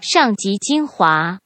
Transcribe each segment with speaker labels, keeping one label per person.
Speaker 1: 上集精华，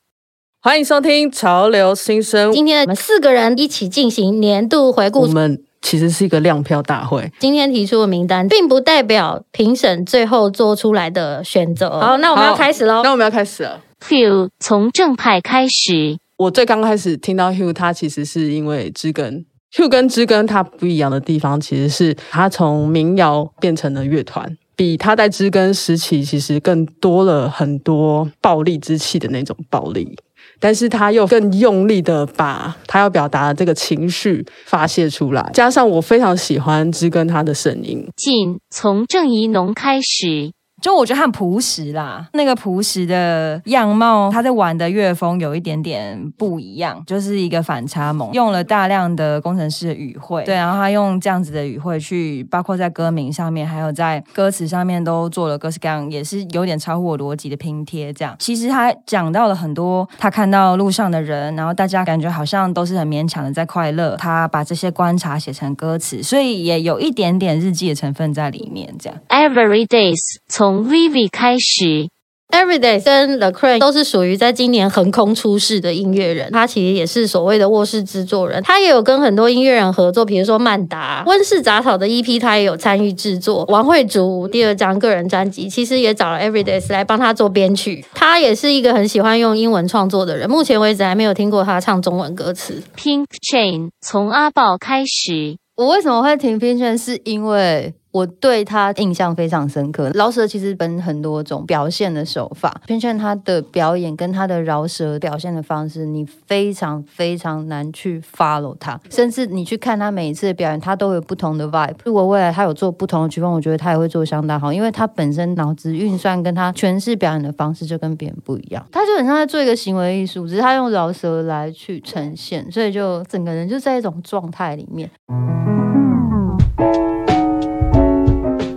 Speaker 2: 欢迎收听《潮流新生》。
Speaker 3: 今天我们四个人一起进行年度回
Speaker 2: 我
Speaker 3: 顾。
Speaker 2: 们其实是一个亮票大会。
Speaker 3: 今天提出的名单，并不代表评审最后做出来的选择。好，那我们要
Speaker 2: 好
Speaker 3: 开始喽
Speaker 2: 那。我们要开始了。
Speaker 1: Q 从正派开始，
Speaker 2: 我最刚开始听到 Hugh，他其实是因为知根。Hugh 跟知根他不一样的地方，其实是他从民谣变成了乐团，比他在知根时期其实更多了很多暴力之气的那种暴力。但是他又更用力的把他要表达的这个情绪发泄出来，加上我非常喜欢知根他的声音，
Speaker 1: 进从郑怡农开始，
Speaker 4: 就我觉得他很朴实啦，那个朴实的样貌，他在玩的乐风有一点点不一样，就是一个反差萌，用了大量的工程师的语汇，对，然后他用这样子的语汇去，包括在歌名上面，还有在歌词上面都做了各式各样，也是有点超乎我逻辑的拼贴。这样，其实他讲到了很多他看到路上的人，然后大家感觉好像都是很勉强的在快乐，他把这些观察写成歌词，所以也有一点点日记的成分在里面，这样。
Speaker 1: Every Days 从 Vivi 开始
Speaker 3: Everyday 跟 The Cray 都是属于在今年横空出世的音乐人，他其实也是所谓的卧室制作人，他也有跟很多音乐人合作，比如说曼达、温室杂草的 EP，他也有参与制作。王慧竹第二张个人专辑其实也找了 Everyday 来帮他做编曲，他也是一个很喜欢用英文创作的人，目前为止还没有听过他唱中文歌词。
Speaker 1: Pink Chain 从阿豹开始
Speaker 5: 我为什么会听冰炫，是因为我对他印象非常深刻。饶舌其实分很多种表现的手法，冰炫他的表演跟他的饶舌表现的方式，你非常非常难去 follow 他，甚至你去看他每一次的表演，他都有不同的 vibe。如果未来他有做不同的曲风，我觉得他也会做相当好，因为他本身脑子运算跟他诠释表演的方式就跟别人不一样，他就很像在做一个行为艺术，只是他用饶舌来去呈现，所以就整个人就在一种状态里面。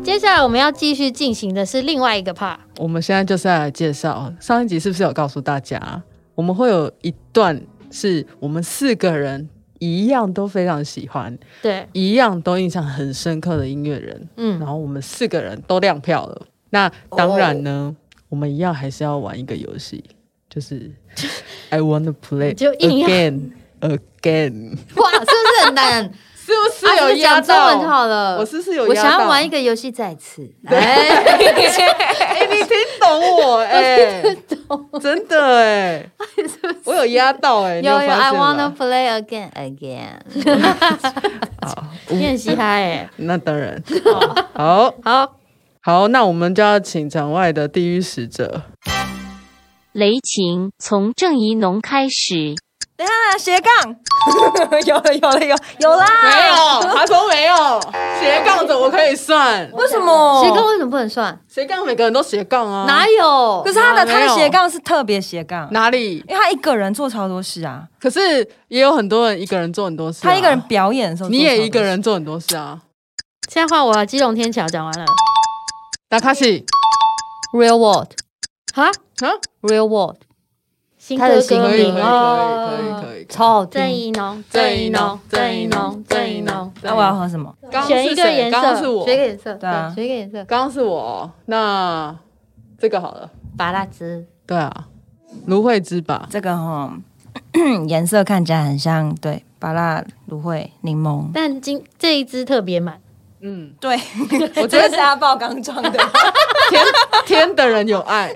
Speaker 3: 接下来我们要继续进行的是另外一个 part。
Speaker 2: 我们现在就是要来介绍上一集是不是有告诉大家，我们会有一段是我们四个人一样都非常喜欢，
Speaker 3: 对，
Speaker 2: 一样都印象很深刻的音乐人，
Speaker 3: 嗯
Speaker 2: 然，后我们四个人都亮票了。那当然呢，我们一样还是要玩一个游戏，就是 I wanna play
Speaker 3: 就硬要
Speaker 2: again again，
Speaker 5: 哇，是不是很难？
Speaker 2: 是不是
Speaker 5: 啊
Speaker 2: 有
Speaker 5: 是
Speaker 2: 压
Speaker 5: 讲中
Speaker 2: 到？
Speaker 5: 文就好了。
Speaker 2: 我是不是有
Speaker 5: 我
Speaker 2: 压
Speaker 5: 想
Speaker 2: 到
Speaker 5: 要玩一个游戏，再 次。哎，
Speaker 2: 哎、你听懂我哎、真的哎、我有压到哎、
Speaker 5: 有
Speaker 2: 你
Speaker 5: 有
Speaker 2: 发现
Speaker 5: ，I
Speaker 2: 吗
Speaker 5: wanna play again again。
Speaker 3: 你很嘻哈哎、
Speaker 2: 那当 然，好
Speaker 3: 好，
Speaker 2: 好，那我们就要请场外的地狱使者。
Speaker 1: 雷霆从郑怡农开始
Speaker 4: 等一下，斜杠， 有了，有了，有有
Speaker 5: 啊
Speaker 4: 啦！
Speaker 2: 有，他说没有，斜杠怎么可以算？
Speaker 4: 为什么？
Speaker 5: 斜杠为什么不能算？
Speaker 2: 斜杠每个人都斜杠
Speaker 3: 哦
Speaker 2: 啊，
Speaker 5: 哪有
Speaker 4: 可？是他的他
Speaker 2: 没
Speaker 4: 的
Speaker 2: 有
Speaker 4: 斜杠是特别斜杠，
Speaker 2: 哪里？
Speaker 4: 因为他一个人做超多事啊，
Speaker 2: 可是也有很多人一个人做很多
Speaker 5: 啊
Speaker 2: 事、啊
Speaker 4: 他一个人，表演的时候，
Speaker 2: 你也一个。人做很多事啊。
Speaker 3: 现在换我了，基隆天桥讲完了。
Speaker 2: 达卡西
Speaker 5: Real world,
Speaker 3: 啊，
Speaker 2: 啊，
Speaker 5: real world，
Speaker 3: 新
Speaker 5: 他
Speaker 3: 歌
Speaker 5: 的
Speaker 3: 歌
Speaker 5: 新歌
Speaker 2: 可以可以可以
Speaker 3: 名
Speaker 2: 可以可以。
Speaker 5: 超好
Speaker 3: 郑
Speaker 5: 听。
Speaker 3: 怡农，
Speaker 2: 郑
Speaker 3: 郑
Speaker 2: 怡
Speaker 3: 怡
Speaker 2: 农
Speaker 3: 农，郑怡农，
Speaker 2: 郑
Speaker 3: 郑
Speaker 2: 怡
Speaker 3: 怡
Speaker 2: 农
Speaker 3: 农。
Speaker 4: 那我要喝什么？
Speaker 2: 刚刚是
Speaker 3: 选一个
Speaker 2: 谁
Speaker 3: 颜色
Speaker 2: 刚刚是我，
Speaker 5: 学一个颜色，
Speaker 4: 对啊
Speaker 5: 学一个颜色。
Speaker 2: 刚刚是我。那这个好了，
Speaker 5: 巴拉兹，
Speaker 2: 对啊，芦荟汁吧。
Speaker 4: 这个哈， 颜色看起来很像对，巴拉、芦荟、柠檬。
Speaker 3: 但今这一支特别满，
Speaker 2: 嗯，
Speaker 4: 对，
Speaker 2: 我觉得
Speaker 4: 是阿豹刚装的。
Speaker 2: 天天的人有爱。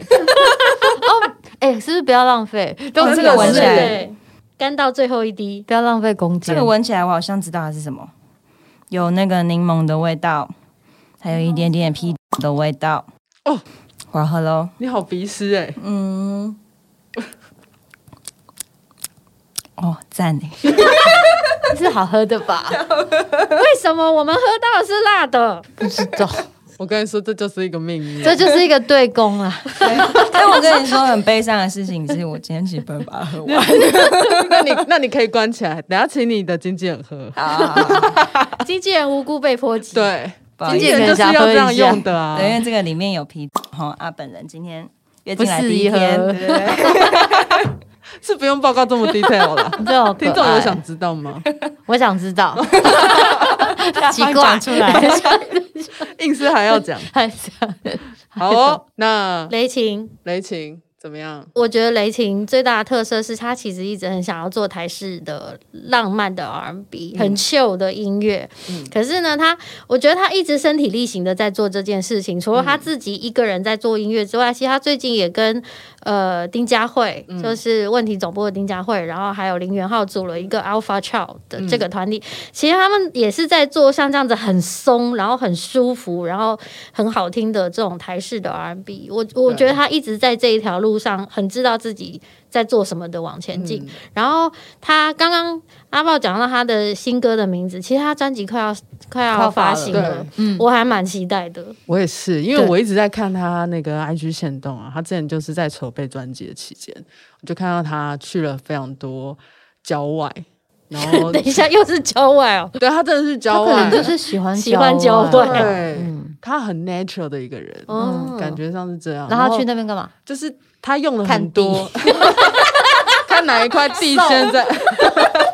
Speaker 5: 哎，是不是不要浪费？不
Speaker 4: 哦
Speaker 5: 要
Speaker 4: 这个闻
Speaker 5: 不
Speaker 4: 起
Speaker 5: 要
Speaker 4: 来
Speaker 3: 对，干到最后一滴。
Speaker 5: 不要浪费空
Speaker 4: 这
Speaker 5: 间
Speaker 4: 个。闻起来我好像知道它是什么，有那个柠檬的味道，还有一点点啤酒的味道。
Speaker 2: 哦
Speaker 4: 哦，我要喝喽。
Speaker 2: 你好鼻师哎、欸，
Speaker 4: 嗯，哦，赞 诶！
Speaker 5: 是好喝的吧？
Speaker 3: 为什么我们喝到的是辣的？
Speaker 5: 不知 道，
Speaker 2: 我跟你说，这就是一个命运。
Speaker 5: 这就是一个对攻啊。
Speaker 4: 但我跟你说很悲伤的事情是，我今天其实不能把它喝 完。
Speaker 2: 那你那你可以关起来，等下请你的经纪人喝。
Speaker 3: 经纪人无辜被波及。，
Speaker 2: 对，
Speaker 4: 不好
Speaker 2: 经
Speaker 4: 意
Speaker 2: 纪
Speaker 4: 思
Speaker 2: 人就是要这样用的啊。
Speaker 4: 对，因为这个啊里面有啤酒。然后阿本人今天约
Speaker 5: 不
Speaker 4: 进来
Speaker 5: 适
Speaker 4: 第
Speaker 5: 宜
Speaker 4: 一天，
Speaker 5: 喝
Speaker 4: 对对对
Speaker 2: 是不用报告这么 detail 啦。
Speaker 5: 这好可
Speaker 2: 听众有
Speaker 5: 爱
Speaker 2: 想知道吗？
Speaker 5: 我想知道，奇
Speaker 3: 帮你
Speaker 5: 怪
Speaker 3: 讲出来。
Speaker 2: 硬是还要讲。
Speaker 5: 还是
Speaker 2: 好哦，那
Speaker 3: 雷霆，
Speaker 2: 雷晴怎么样？
Speaker 3: 我觉得雷霆最大的特色是他其实一直很想要做台式的浪漫的 R&B，、很 chill 的音乐。可是呢，他我觉得他一直身体力行的在做这件事情。除了他自己一个人在做音乐之外，其实他最近也跟呃丁佳慧，就是问题总部的丁佳慧，然后还有林元浩组了一个 Alpha Child 的这个团体。其实他们也是在做像这样子很松，然后很舒服，然后很好听的这种台式的 R&B。我我
Speaker 2: 对
Speaker 3: 觉得他一直在这一条路上，很知道自己在做什么的往前进。然后他刚刚阿豹讲到他的新歌的名字，其实他专辑快要快
Speaker 5: 快
Speaker 3: 要
Speaker 5: 要发
Speaker 3: 发
Speaker 5: 了
Speaker 3: 行
Speaker 2: 对
Speaker 3: 了，我还蛮期待的。
Speaker 2: 我也是，因为
Speaker 3: 对
Speaker 2: 我一直在看他那个 IG 线动啊，他之前就是在筹备专辑的期间，我就看到他去了非常多郊外，然 后
Speaker 3: 等一下又是郊外哦，
Speaker 2: 对他真的是
Speaker 5: 他
Speaker 2: 郊
Speaker 5: 可能
Speaker 2: 外，
Speaker 5: 就是喜欢
Speaker 3: 喜欢
Speaker 5: 交
Speaker 3: 交换
Speaker 2: 对，
Speaker 5: 嗯
Speaker 2: 他很 natural 的一个人，嗯
Speaker 3: 哦
Speaker 2: 感觉上是这样。
Speaker 5: 然后他去那边干嘛？
Speaker 2: 就是他用了
Speaker 5: 看
Speaker 2: 很多， 看哪一块地现 在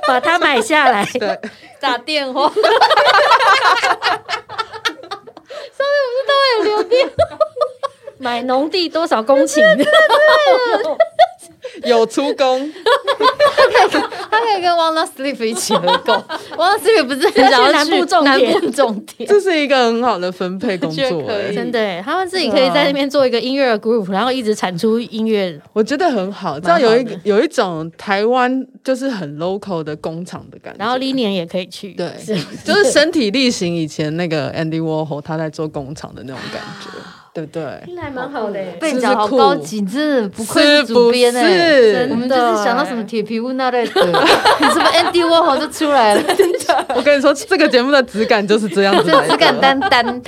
Speaker 3: 把它买下来，
Speaker 2: 对
Speaker 3: 打电话。上面不是都有留电话？ 买农地多少公顷？
Speaker 2: 有出工，
Speaker 5: 他可以跟 Wanna Sleep 一起合 购。Wanna Sleep 不是很想要
Speaker 3: 南部重
Speaker 5: 南
Speaker 3: 点
Speaker 5: 部重点？
Speaker 2: 这是一个很好的分配工作、
Speaker 5: 我觉得可以
Speaker 2: 欸
Speaker 3: 真的耶，他们自己可以
Speaker 5: 啊
Speaker 3: 在那边做一个音乐 group，然后一直产出音乐。
Speaker 2: 我觉得很好。这样有一个有一种台湾就是很 local 的工厂的感觉，
Speaker 3: 然后 l i n a 也可以去，
Speaker 2: 对
Speaker 3: 是
Speaker 2: 就是身体力行。以前那个 Andy Warhol 他在做工厂的那种感觉，对 不对？
Speaker 3: 听来蛮好的耶。
Speaker 5: 被你讲好高级，你真的不愧
Speaker 2: 是
Speaker 5: 主
Speaker 2: 不
Speaker 5: 编哎、
Speaker 2: 是
Speaker 5: 我？们就是想到什么铁皮屋那类 的，你什么 Andy Warhol 就出来了，
Speaker 2: 我跟你说，这个节目的质感就是这样子来
Speaker 5: 这
Speaker 2: 的，
Speaker 5: 只敢单单。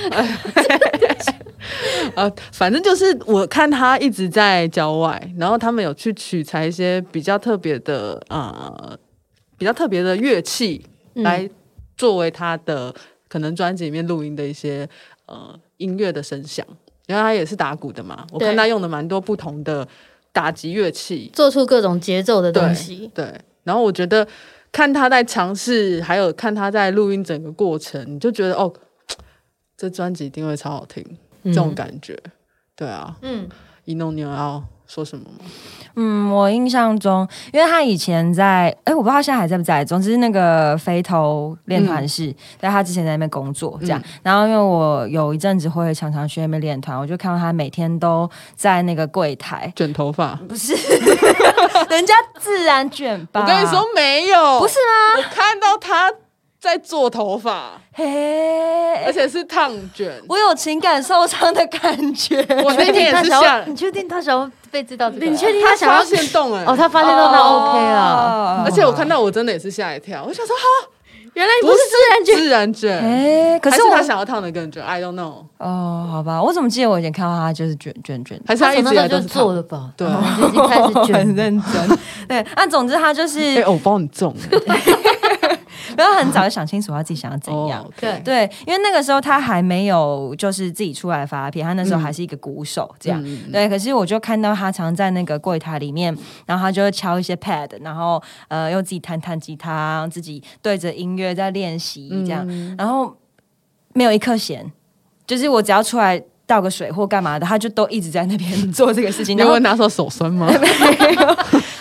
Speaker 2: 呃，反正就是我看他一直在郊外，然后他们有去取材一些比较特别的呃比较特别的乐器
Speaker 3: 嗯
Speaker 2: 来作为他的、可能专辑里面录音的一些呃音乐的声响，因为他也是打鼓的嘛，我看
Speaker 3: 对
Speaker 2: 他用了蛮多不同的打击乐器，
Speaker 3: 做出各种节奏的东
Speaker 2: 对
Speaker 3: 西，
Speaker 2: 对，然后我觉得看他在尝试，还有看他在录音整个过程，你就觉得哦，这专辑一定会超好听，这种感觉。对啊，
Speaker 3: 嗯，
Speaker 2: 一弄你有要说什么吗？
Speaker 4: 嗯，我印象中，因为他以前在，哎、我不知道他现在还在不在。总之，那个飞头练团是，在他之前在那边工作这样。然后，因为我有一阵子会常常去那边练团，我就看到他每天都在那个柜台，
Speaker 2: 卷头发？
Speaker 4: 不是 人家自然卷吧？
Speaker 2: 我跟你说，没有，
Speaker 4: 不是啊吗？
Speaker 2: 我看到他在做头发，
Speaker 4: 嘿，
Speaker 2: 而且是烫卷。
Speaker 4: 我有情感受伤的感觉。
Speaker 2: 我那
Speaker 5: 你确
Speaker 2: 天
Speaker 5: 定
Speaker 2: 也
Speaker 5: 他
Speaker 2: 是
Speaker 5: 想
Speaker 2: 下
Speaker 5: 要？
Speaker 2: 来
Speaker 5: 你，确定他想要被知道这个啊？
Speaker 3: 你确定他想
Speaker 2: 发
Speaker 3: 要？
Speaker 2: 现动哎、
Speaker 5: 哦，他发现到他 OK 了。
Speaker 4: 哦
Speaker 2: 而且我看到我真的也是吓一跳，我想说哈，
Speaker 3: 原来不是自然卷，
Speaker 2: 自然卷，
Speaker 4: 哎、可
Speaker 2: 还
Speaker 4: 是
Speaker 2: 是
Speaker 4: 我
Speaker 2: 他想要烫的更卷？I don't know，
Speaker 4: 哦，好吧，我怎么记得我以前看到他就是卷卷卷的
Speaker 2: 还是
Speaker 5: 他
Speaker 2: 他一
Speaker 5: 从
Speaker 2: 直
Speaker 5: 那
Speaker 2: 以
Speaker 5: 时
Speaker 2: 来
Speaker 5: 候
Speaker 2: 都
Speaker 5: 就是
Speaker 2: 烫
Speaker 5: 做了吧？
Speaker 2: 对，啊
Speaker 4: 哦
Speaker 5: 就已经开始
Speaker 4: 很
Speaker 5: 卷，
Speaker 4: 认真。对，那总之他就是
Speaker 2: 哎，，偶包很重哎，
Speaker 4: 不要很早就想清楚他自己想要怎样。
Speaker 2: 哦，
Speaker 5: 对
Speaker 4: 对，因为那个时候他还没有就是自己出来发片，他那时候还是一个鼓手这样。
Speaker 2: 嗯
Speaker 4: 对，可是我就看到他常在那个柜台里面，然后他就会敲一些 pad，然后呃又自己弹弹吉他，自己对着音乐在练习这样，
Speaker 2: 嗯
Speaker 4: 然后没有一刻闲，就是我只要出来倒个水或干嘛的，他就都一直在那边做这个事情。
Speaker 2: 你
Speaker 4: 然后
Speaker 2: 会拿手手酸吗？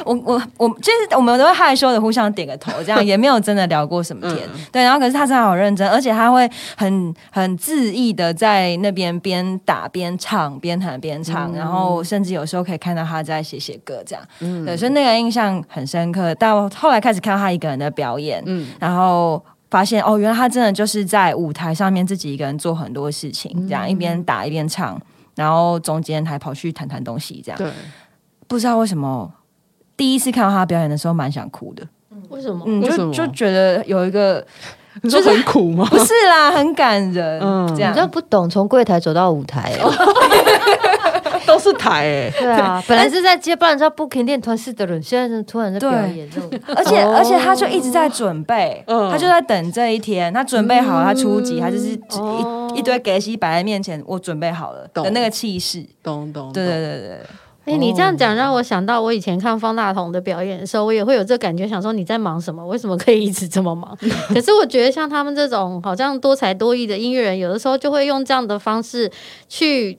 Speaker 4: 我我我就是我们都会害羞的互相点个头，这样也没有真的聊过什么天。对，然后可是他真的好认真，而且他会很很恣意的在那边边打边唱，边弹边唱，然后甚至有时候可以看到他在写写歌这样。对，所以那个印象很深刻。到后来开始看到他一个人的表演，
Speaker 2: 嗯
Speaker 4: 然后。发现哦，原来他真的就是在舞台上面自己一个人做很多事情，这样一边打一边唱，然后中间还跑去弹弹东西，这样。
Speaker 2: 对，
Speaker 4: 不知道为什么，第一次看到他表演的时候蛮想哭的，
Speaker 3: 为什么？
Speaker 4: 嗯，
Speaker 2: 为什
Speaker 4: 就
Speaker 2: 么
Speaker 4: 就觉得有一个
Speaker 2: 你说
Speaker 4: 就是
Speaker 2: 很苦 吗？
Speaker 4: 不是啦，很感人，
Speaker 2: 嗯
Speaker 4: 这
Speaker 5: 你真的
Speaker 4: 样。
Speaker 5: 不懂从柜台走到舞台、欸。
Speaker 2: 都是台哎，
Speaker 5: 对啊，本来是在接，不然叫 Booking 练团式的人，现在是突然在表演这种。
Speaker 4: 而且而且他就一直在准备，
Speaker 2: 哦嗯
Speaker 4: 他就在等这一天，他准备好了他出击，他就是
Speaker 3: 哦
Speaker 4: 一一堆给息摆在面前，我准备好了
Speaker 2: 懂
Speaker 4: 的那个气势。
Speaker 2: 懂懂，
Speaker 4: 对对
Speaker 2: 懂
Speaker 4: 对对，
Speaker 3: 哎、你这样讲让我想到，我以前看方大同的表演的时候，我也会有这感觉，想说你在忙什么？为什么可以一直这么忙？ 可是我觉得像他们这种好像多才多艺的音乐人，有的时候就会用这样的方式去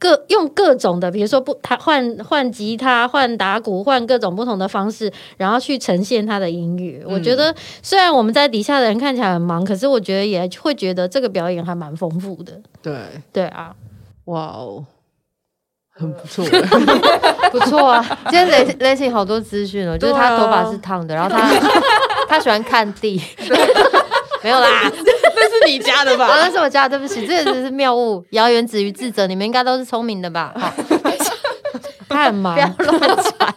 Speaker 3: 各用各种的，比如说不，他换换吉他、换打鼓、换各种不同的方式，然后去呈现他的音乐。我觉得虽然我们在底下的人看起来很忙，可是我觉得也会觉得这个表演还蛮丰富的。
Speaker 2: 对，
Speaker 3: 对啊，
Speaker 2: 哇哦，很不错。
Speaker 5: 不错啊。今天雷雷晴好多资讯哦，就是
Speaker 2: 对啊
Speaker 5: 他头发是烫的，然后他他喜欢看地，没有啦，
Speaker 2: 那是你家的
Speaker 5: 啊，
Speaker 2: 吧？
Speaker 5: 那是我家，对不起，这只是谬误。谣言止于智者，你们应该都是聪明的吧？ 好，
Speaker 3: 他很忙
Speaker 5: 不。要乱传。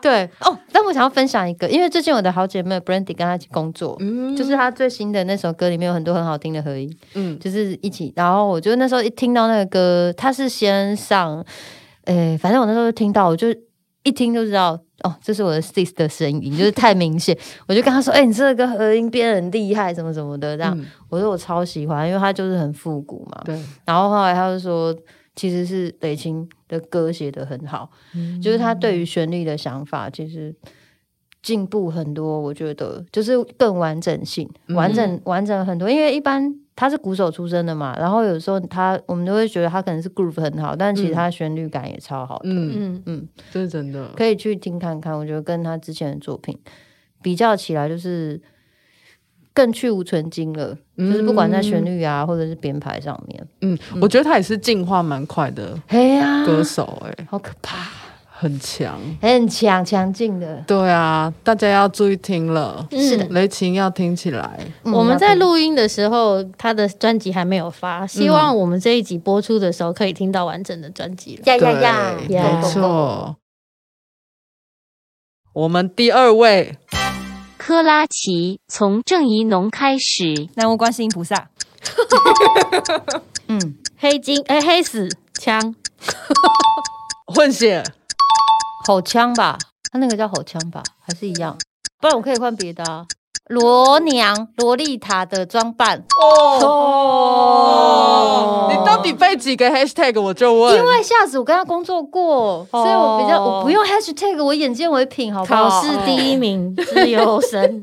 Speaker 5: 对哦，但我想要分享一个，因为最近我的好姐妹 Brandy 跟她一起工作，
Speaker 2: 嗯
Speaker 5: 就是她最新的那首歌里面有很多很好听的合音，
Speaker 2: 嗯，
Speaker 5: 就是一起。然后我就那时候一听到那个歌，她是先上，诶、反正我那时候就听到，我就一听就知道。哦，这是我的 sis 的声音，就是太明显。我就跟她说：“哎、你这个合音编得很厉害，什么什么的。”这样，
Speaker 2: 嗯
Speaker 5: 我说我超喜欢，因为她就是很复古嘛。
Speaker 2: 对，
Speaker 5: 然后后来他就说，其实是雷青的歌写得很好，
Speaker 2: 嗯
Speaker 5: 就是他对于旋律的想法其实进步很多，我觉得就是更完整性，
Speaker 2: 嗯
Speaker 5: 完整、完整很多。因为一般他是鼓手出身的嘛，然后有时候他我们都会觉得他可能是 groove 很好，但其实
Speaker 2: 嗯
Speaker 5: 他的旋律感也超好的。
Speaker 2: 嗯，
Speaker 3: 嗯，
Speaker 2: 这是真的。
Speaker 5: 可以去听看看，我觉得跟他之前的作品比较起来，就是更去无存精了，就是不管在旋律啊，或者是编排上面，
Speaker 2: 嗯，我觉得他也是进化蛮快的
Speaker 5: 嘿呀、
Speaker 2: 歌手，哎，
Speaker 5: 好可怕，
Speaker 2: 很强。
Speaker 5: 很强强劲的。
Speaker 2: 对啊，大家要注意听了，
Speaker 3: 是的
Speaker 2: 雷琴要听起来。
Speaker 5: 嗯
Speaker 3: 我们在，录音的时候，他的专辑还没有发，希望我们这一集播出的时候可以听到完整的专辑了。
Speaker 5: 呀
Speaker 2: 对，
Speaker 5: 呀呀，
Speaker 2: 没错。我们第二位，
Speaker 1: 科拉奇从郑怡农开始，
Speaker 4: 南无观世音菩萨，
Speaker 5: 嗯，
Speaker 3: 黑金哎、黑死枪
Speaker 2: 混血，
Speaker 5: 吼腔吧，他那个叫吼腔吧，还是一样，不然我可以换别的啊。罗娘、洛丽塔的装扮，
Speaker 2: 哦
Speaker 5: 哦
Speaker 2: 你到底背几个 hashtag？我就问，
Speaker 5: 因为夏子我跟他工作过，所以我比较我不用 hashtag，我眼见为凭，好不好？
Speaker 3: 考试第一名自由生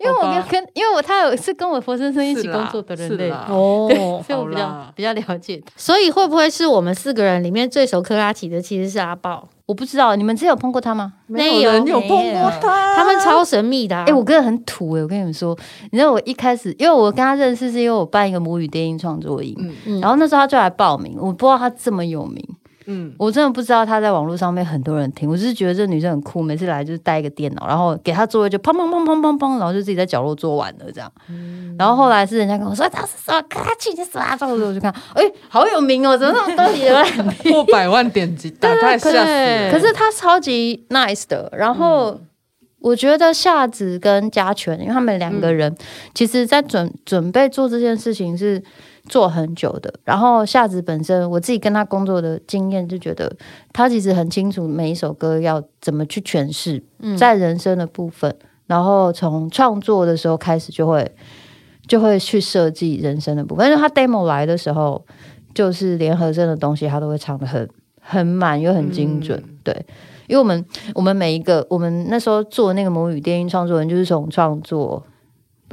Speaker 5: 因为我
Speaker 2: 好
Speaker 5: 跟
Speaker 2: 吧
Speaker 5: 跟，因为我他有是跟我活生生一起
Speaker 2: 是啦
Speaker 5: 工作的人
Speaker 2: 是
Speaker 5: 类，
Speaker 2: 啦
Speaker 3: 哦，
Speaker 5: 所以我比
Speaker 2: 好啦
Speaker 5: 较比较了解他。
Speaker 3: 所以会不会是我们四个人里面最熟克拉奇的其实是阿豹？
Speaker 5: 我不知道你们之前有碰过他吗？
Speaker 3: 没
Speaker 2: 有人有
Speaker 4: 没
Speaker 2: 碰过
Speaker 4: 有
Speaker 2: 他，
Speaker 3: 他们超神秘的、啊。
Speaker 5: 哎、我哥很土哎、我跟你们说，你知道我一开始，因为我跟他认识是因为我办一个母语电音创作营，
Speaker 2: 嗯
Speaker 3: 嗯
Speaker 5: 然后那时候他就来报名，我不知道他这么有名，
Speaker 2: 嗯，
Speaker 5: 我真的不知道他在网络上面很多人听，我只是觉得这女生很酷，每次来就是带一个电脑，然后给她座位就砰砰砰砰砰砰，然后就自己在角落做完了这样。然后后来是人家跟我说他是什么，他去你死啊！之后我就看，哎、好有名哦，怎么那么多人？
Speaker 2: 破百万点击，打开吓死人。
Speaker 5: 可是他超级 nice 的，然后。我觉得夏子跟嘉全，因为他们两个人，其实在准准备做这件事情是做很久的。然后夏子本身，我自己跟他工作的经验就觉得，他其实很清楚每一首歌要怎么去诠释，在人生的部分，然后从创作的时候开始就会就会去设计人生的部分。因为他 demo 来的时候，就是联合声的东西，他都会唱的很很满又很精准，对。因为我们我们每一个我们那时候做那个母语电音创作人，就是从创作、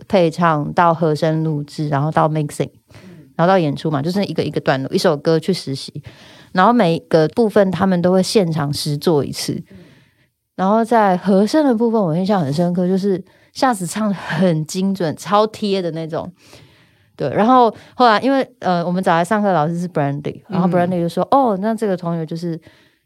Speaker 5: 配唱到和声录制，然后到 mixing，然后到演出嘛，就是一个一个段落，一首歌去实习，然后每一个部分他们都会现场实做一次。然后在和声的部分，我印象很深刻，就是夏子唱的很精准、超贴的那种。对，然后后来因为呃，我们找来上课老师是 Brandy，然后 Brandy 就说：“哦，那这个同学就是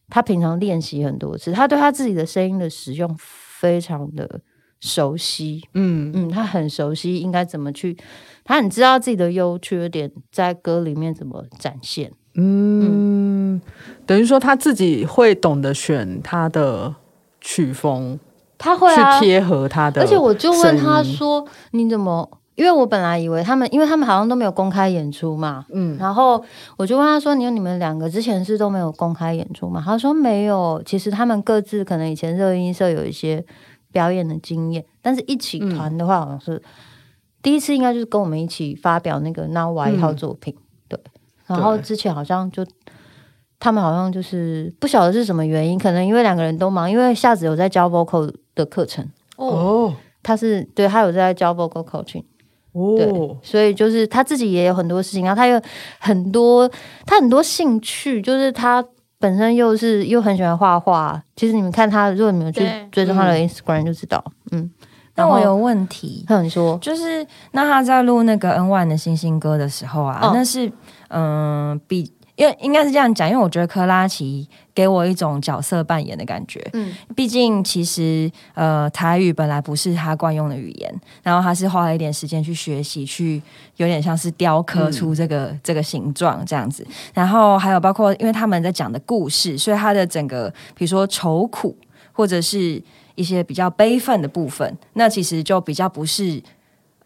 Speaker 5: 他平常练习很多次，他对他自己的声音的使用非常的熟悉，
Speaker 2: 嗯，
Speaker 5: 嗯，他很熟悉应该怎么去，他很知道自己的优缺点在歌里面怎么展现。
Speaker 2: 嗯，等于说他自己会懂得选他的曲风，
Speaker 5: 他会啊
Speaker 2: 去，贴合他的。
Speaker 5: 而且我就问他
Speaker 2: 声音
Speaker 5: 说：“你怎么？”因为我本来以为他们，因为他们好像都没有公开演出嘛，
Speaker 2: 嗯
Speaker 5: 嗯，然后我就问他说：“你你们两个之前是都没有公开演出吗？”他说：“没有，其实他们各自可能以前热音社有一些表演的经验，但是一起
Speaker 2: 嗯
Speaker 5: 团的话，好像是、第一次，应该就是跟我们一起发表那个 Now 一号作品，对，然后
Speaker 2: 嗯对
Speaker 5: 之前好像就。他们好像就是不晓得是什么原因，可能因为两个人都忙，因为夏子有在教 vocal 的课程，
Speaker 3: 哦，
Speaker 2: 哦
Speaker 5: 他是对他有在教 vocal coaching，对
Speaker 2: 哦，
Speaker 5: 所以就是他自己也有很多事情，然后他有很多他很多兴趣，就是他本身又是又很喜欢画画。其实你们看他，如果你们去
Speaker 3: 对
Speaker 5: 追踪他的 Instagram 就知道，嗯，
Speaker 4: 那我
Speaker 5: 然后
Speaker 4: 有问题，
Speaker 5: 他很说
Speaker 4: 就是那他在录那个 N One 的星星歌的时候啊，
Speaker 5: 哦
Speaker 4: 那是嗯、比。因为应该是这样讲，因为我觉得科拉奇给我一种角色扮演的感觉。
Speaker 5: 嗯
Speaker 4: 嗯，毕竟其实呃，台语本来不是他惯用的语言，然后他是花了一点时间去学习，去有点像是雕刻出这个、这个形状这样子。然后还有包括，因为他们在讲的故事，所以他的整个比如说愁苦或者是一些比较悲愤的部分，那其实就比较不是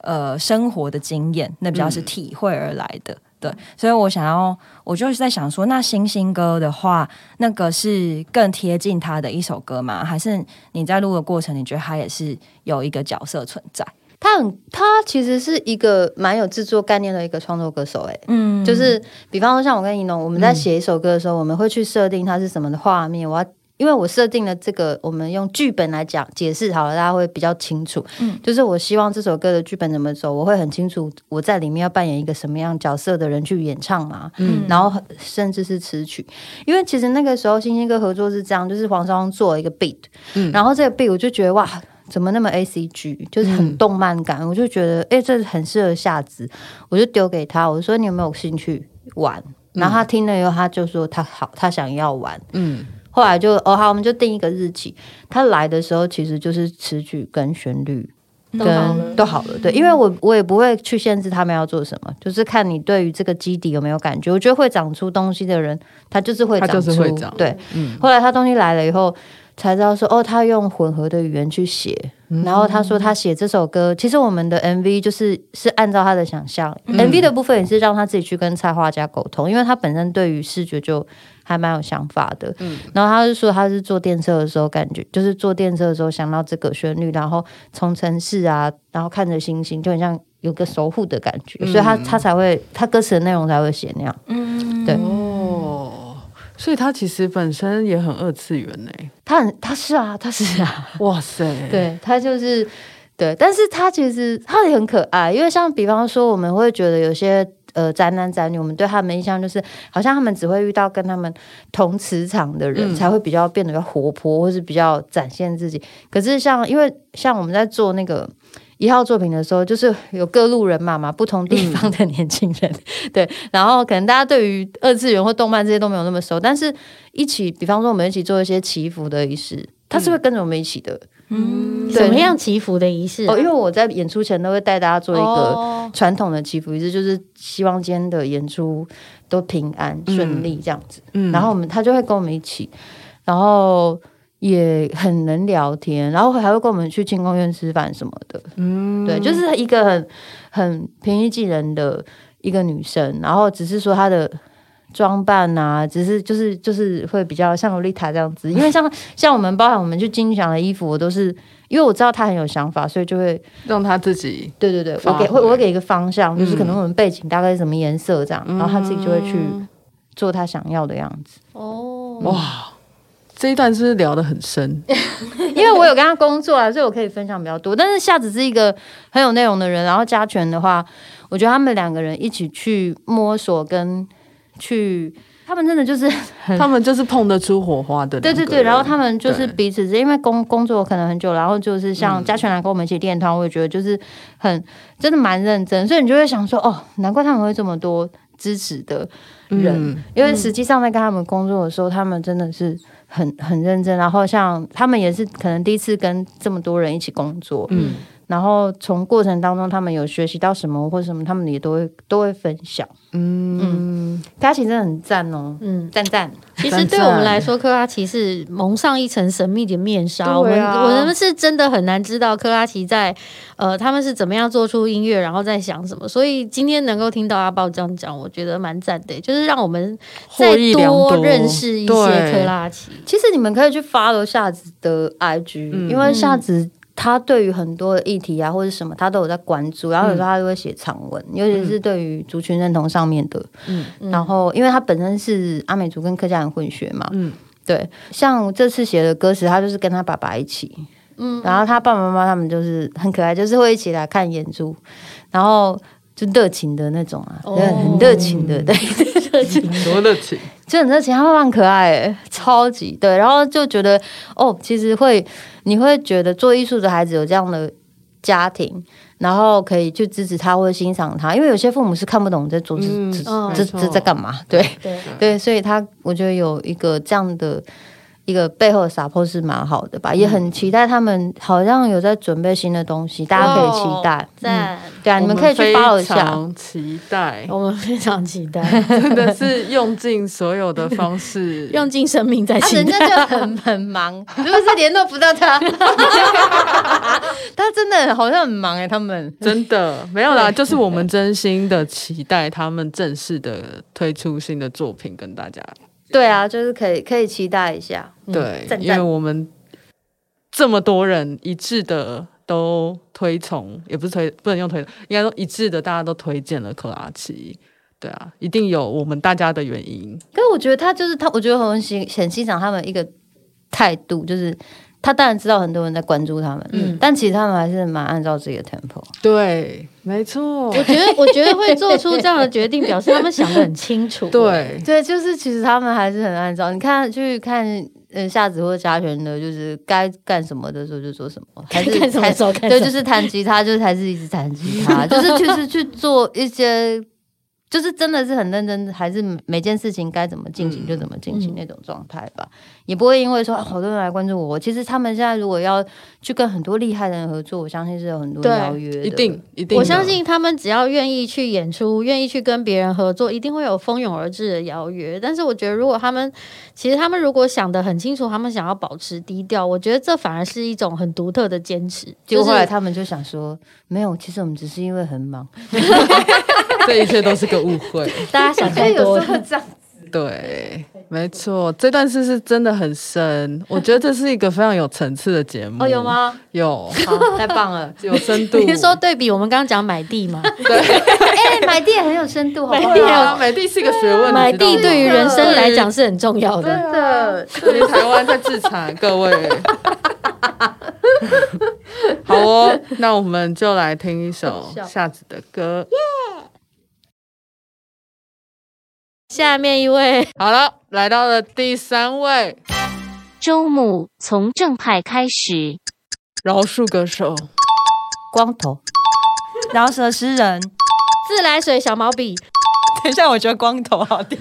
Speaker 4: 呃生活的经验，那比较是体会而来的。对，所以我想要，我就是在想说，那星星歌的话，那个是更贴近他的一首歌吗？还是你在录的过程，你觉得他也是有一个角色存在？
Speaker 5: 他很他其实是一个蛮有制作概念的一个创作歌手、欸，
Speaker 4: 嗯
Speaker 5: 就是比方说像我跟怡农，我们在写一首歌的时候，我们会去设定它是什么的画面，我要。因为我设定了这个，我们用剧本来讲解释好了，大家会比较清楚。嗯，就是我希望这首歌的剧本怎么走，我会很清楚我在里面要扮演一个什么样角色的人去演唱嘛。嗯，然后甚至是词曲，因为其实那个时候星星哥合作是这样，就是黄少庸做了一个 beat，、然后这个 beat 我就觉得哇，怎么那么 A C G，就是很动漫感，我就觉得哎、这很适合夏子，我就丢给他，我说你有没有兴趣玩？然后他听了以后，他就说他好，他想要玩。
Speaker 2: 嗯，
Speaker 5: 后来就哦好，我们就定一个日期。他来的时候其实就是词曲跟旋律
Speaker 3: 都好
Speaker 5: 跟都好了，对，因为我我也不会去限制他们要做什么，就是看你对于这个基底有没有感觉。我觉得会长出东西的人，他就是会
Speaker 2: 他
Speaker 5: 长出，
Speaker 2: 就是会长嗯
Speaker 5: 对。后来他东西来了以后，才知道说哦，他用混合的语言去写，然后他说他写这首歌，其实我们的 MV 就是是按照他的想象、m v 的部分也是让他自己去跟蔡画家沟通，因为他本身对于视觉就还蛮有想法的。然后他就说他是坐电车的时候感觉，就是坐电车的时候想到这个旋律，然后从城市啊，然后看着星星，就很像有个守护的感觉，所以他他才会他歌词的内容才会写那样。
Speaker 4: 嗯
Speaker 5: 对
Speaker 2: 哦，所以他其实本身也很二次元呢、
Speaker 5: 他很他是啊，他是啊。
Speaker 2: 哇塞，，
Speaker 5: 对他就是对，但是他其实他也很可爱，因为像比方说，我们会觉得有些呃宅男宅女，我们对他们印象就是好像他们只会遇到跟他们同磁场的人，
Speaker 2: 嗯
Speaker 5: 才会比较变得比较活泼，或是比较展现自己。可是像因为像我们在做那个。一号作品的时候，就是有各路人马嘛，不同地方的年轻 人，对，然后可能大家对于二次元或动漫这些都没有那么熟，但是一起，比方说我们一起做一些祈福的仪式，他是会跟着我们一起的，
Speaker 4: 嗯
Speaker 5: 对
Speaker 3: 什么样祈福的仪式啊？
Speaker 5: 哦，因为我在演出前都会带大家做一个
Speaker 3: 哦
Speaker 5: 传统的祈福仪式，就是希望今天的演出都平安顺利这样子。
Speaker 2: 嗯
Speaker 5: 然后我们他就会跟我们一起，然后也很能聊天，然后还会跟我们去庆功宴吃饭什么的。嗯，对，就是一个很很平易近人的一个女生，然后只是说她的。装扮啊，只是就是就是会比较像洛丽塔这样子，因为 像像我们包含我们去金曲奖的衣服，我都是因为我知道她很有想法，所以就会
Speaker 2: 让他自己
Speaker 5: 对对对，
Speaker 2: 发
Speaker 5: 我给会
Speaker 2: 挥嗯
Speaker 5: 我会给一个方向，就是可能我们背景大概是什么颜色这样，然后他自己就会去做他想要的样子。
Speaker 3: 哦，
Speaker 2: 哇，这一段是不是聊得很深，
Speaker 5: 因为我有跟他工作啊，所以我可以分享比较多。但是夏子是一个很有内容的人，然后嘉全的话，我觉得他们两个人一起去摸索跟去，他们真的就是
Speaker 2: 他们就是碰得出火花的
Speaker 5: 对
Speaker 2: 两个
Speaker 5: 对
Speaker 2: 人，
Speaker 5: 对，然后他们就是
Speaker 2: 对
Speaker 5: 彼此之因为工工作可能很久，然后就是像嘉全来跟我们一起练团，我也觉得就是很真的蛮认真，所以你就会想说，哦，难怪他们会这么多支持的人，
Speaker 2: 嗯
Speaker 5: 因为实际上在跟他们工作的时候，他们真的是很很认真，然后像他们也是可能第一次跟这么多人一起工作，
Speaker 2: 嗯
Speaker 5: 然后从过程当中他们有学习到什么或什么，他们也都会都会分享。嗯嗯，佳琪真的很赞哦，
Speaker 3: 嗯，
Speaker 5: 赞赞。
Speaker 3: 其实
Speaker 2: 赞
Speaker 3: 对
Speaker 2: 赞
Speaker 3: 我们来说，科拉奇是蒙上一层神秘的面纱。我
Speaker 5: 对
Speaker 3: 们
Speaker 5: 啊
Speaker 3: 我们是真的很难知道科拉奇在呃他们是怎么样做出音乐，然后在想什么。所以今天能够听到阿豹这样讲，我觉得蛮赞的，就是让我们再
Speaker 2: 获益良多
Speaker 3: 认识一些
Speaker 2: 对
Speaker 3: 科拉奇。
Speaker 5: 其实你们可以去 follow 夏子的 IG，、因为夏子他对于很多的议题啊或者什么，他都有在关注。然后有时候他就会写长文，尤其是对于族群认同上面的。
Speaker 2: 嗯
Speaker 5: 然后因为他本身是阿美族跟客家人混血嘛，
Speaker 2: 嗯
Speaker 5: 对，像这次写的歌词，他就是跟他爸爸一起，
Speaker 3: 嗯，
Speaker 5: 然后他爸爸妈妈他们就是很可爱，就是会一起来看演出，然后就热情的那种啊，
Speaker 3: 哦
Speaker 5: 对很热情的，对，热情
Speaker 2: 多热情，
Speaker 5: 就很热情，他爸爸很可爱欸，超级对，然后就觉得哦，其实会你会觉得做艺术的孩子有这样的家庭。然后可以去支持他或者欣赏他，因为有些父母是看不懂你在做这
Speaker 2: 嗯
Speaker 5: 这
Speaker 3: 嗯
Speaker 5: 这
Speaker 2: 没
Speaker 5: 这
Speaker 2: 错
Speaker 5: 在干嘛，对，
Speaker 3: 对，
Speaker 5: 对，所以他我觉得有一个这样的一个背后的 support 是蛮好
Speaker 2: 嗯
Speaker 5: 的吧，也很期待他们好像有在准备新的东西，大家可以期待。嗯，
Speaker 3: 赞，
Speaker 5: 对啊，你们可以去包
Speaker 2: 我
Speaker 5: 一下。
Speaker 2: 们非常期 待，
Speaker 3: 我们非常期待，
Speaker 2: 真的是用尽所有的方式，
Speaker 3: 用尽生命在
Speaker 5: 啊，
Speaker 3: 期
Speaker 5: 人
Speaker 3: 待。
Speaker 5: 家就很很 忙，是不是联络不到他？ 他真的好像很忙哎、他们
Speaker 2: 真的没有啦，就是我们真心的期待他们正式的推出新的作品跟大家。
Speaker 5: 对啊，就是可以可以期待一下。
Speaker 2: 对，
Speaker 3: 赞
Speaker 2: 因为
Speaker 3: 赞
Speaker 2: 我们这么多人一致的都推崇，也不是推，不能用推，应该说一致的，大家都推荐了克拉奇。对啊，一定有我们大家的原因。
Speaker 5: 可是我觉得他就是他，我觉得很欣很欣赏他们一个态度，就是他当然知道很多人在关注他们，
Speaker 3: 嗯
Speaker 5: 但其实他们还是蛮按照自己的 tempo。
Speaker 2: 对，没错，
Speaker 3: 我觉得，我觉得会做出这样的决 定，表示他们想得很清楚。，
Speaker 2: 对，
Speaker 5: 对，就是其实他们还是很按照你看去看，呃，夏子或嘉璇的，就是该干什么的时候就做什么，还是
Speaker 3: 干什么
Speaker 5: 还
Speaker 3: 时候干
Speaker 5: 对，
Speaker 3: 什
Speaker 5: 就是弹吉他，就是还是一直弹 吉他，就是就是去做一些，就是真的是很认真，还是每件事情该怎么进行就怎么进行
Speaker 3: 嗯
Speaker 5: 那种状态吧，也不会因为说、啊好多人来关注我，其实他们现在如果要去跟很多厉害的人合作，我相信是有很多
Speaker 3: 对
Speaker 5: 邀约的，
Speaker 2: 一定一定的，
Speaker 3: 我相信他们只要愿意去演出，愿意去跟别人合作，一定会有蜂拥而至的邀约。但是我觉得，如果他们其实他们如果想得很清楚，他们想要保持低调，我觉得这反而是一种很独特的坚持。
Speaker 5: 结
Speaker 3: 就
Speaker 5: 果
Speaker 3: 是
Speaker 5: 后来他们就想说，没有，其实我们只是因为很忙，
Speaker 2: 这一切都是个误 会。
Speaker 3: 大家想太 多了，哎
Speaker 5: 这样。
Speaker 2: 对，没错，这段事是真的很深，我觉得这是一个非常有层次的节目。
Speaker 3: 哦，有？吗？
Speaker 2: 有，
Speaker 5: 好，太棒了！
Speaker 2: 有深度。
Speaker 3: 你是说对比我们刚刚讲买地吗？
Speaker 5: 哎、买地也很有深度，好不好？
Speaker 2: 对啊，美的是一个学问，
Speaker 3: 买
Speaker 2: 你知道
Speaker 3: 地
Speaker 2: 吗
Speaker 3: 对于啊人生来讲是很重要的。
Speaker 5: 真的，
Speaker 2: 对于台湾在制裁各位。 好哦，那我们就来听一首夏子的歌。
Speaker 3: 下面一位，
Speaker 2: 好了，来到了第三位
Speaker 1: 周牧从正派开始，
Speaker 2: 饶恕歌手，
Speaker 5: 光头，
Speaker 4: 饶舌诗人。
Speaker 3: 自来水小毛 笔，
Speaker 4: 等一下，我觉得光头好屌，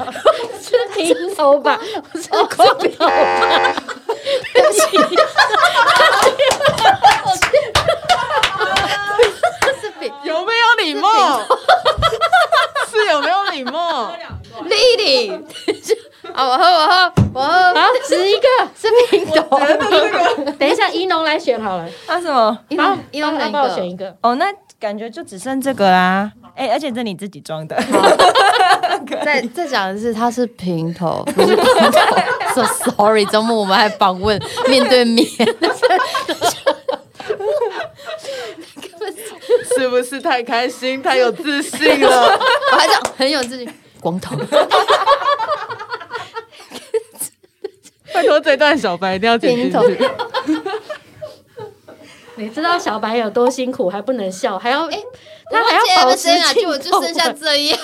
Speaker 3: 是平头吧？是光头吧？
Speaker 2: 有没有礼貌？是有没有礼 貌？
Speaker 5: 丽丽，啊，我喝，我喝，我喝，
Speaker 3: 啊，十一个。
Speaker 5: 是冰冻，
Speaker 3: 等一下，一农来选好了。
Speaker 4: 那啊什么？
Speaker 5: 一
Speaker 3: 好
Speaker 5: 龙，一龙哪
Speaker 3: 那
Speaker 5: 一
Speaker 3: 帮我选
Speaker 5: 个？
Speaker 3: 一个。
Speaker 4: 哦，那感觉就只剩这个啦。哎、而且这你自己装的，
Speaker 5: 再再讲的是，他是平头，不是光头。so sorry，周末我们还访问面对面，
Speaker 2: 是不是太开心、太有自信了？
Speaker 5: 我还讲很有自己光头，
Speaker 2: 拜托，这段小白一定要剪进
Speaker 5: 平头
Speaker 2: 去。
Speaker 3: 你知道小白有多辛苦，还不能笑，还要哎、他还
Speaker 5: 我
Speaker 3: 要保
Speaker 5: 忘
Speaker 3: 持
Speaker 5: 记 M 啊，
Speaker 3: 静
Speaker 5: 就我就剩下
Speaker 3: 动
Speaker 5: 这样，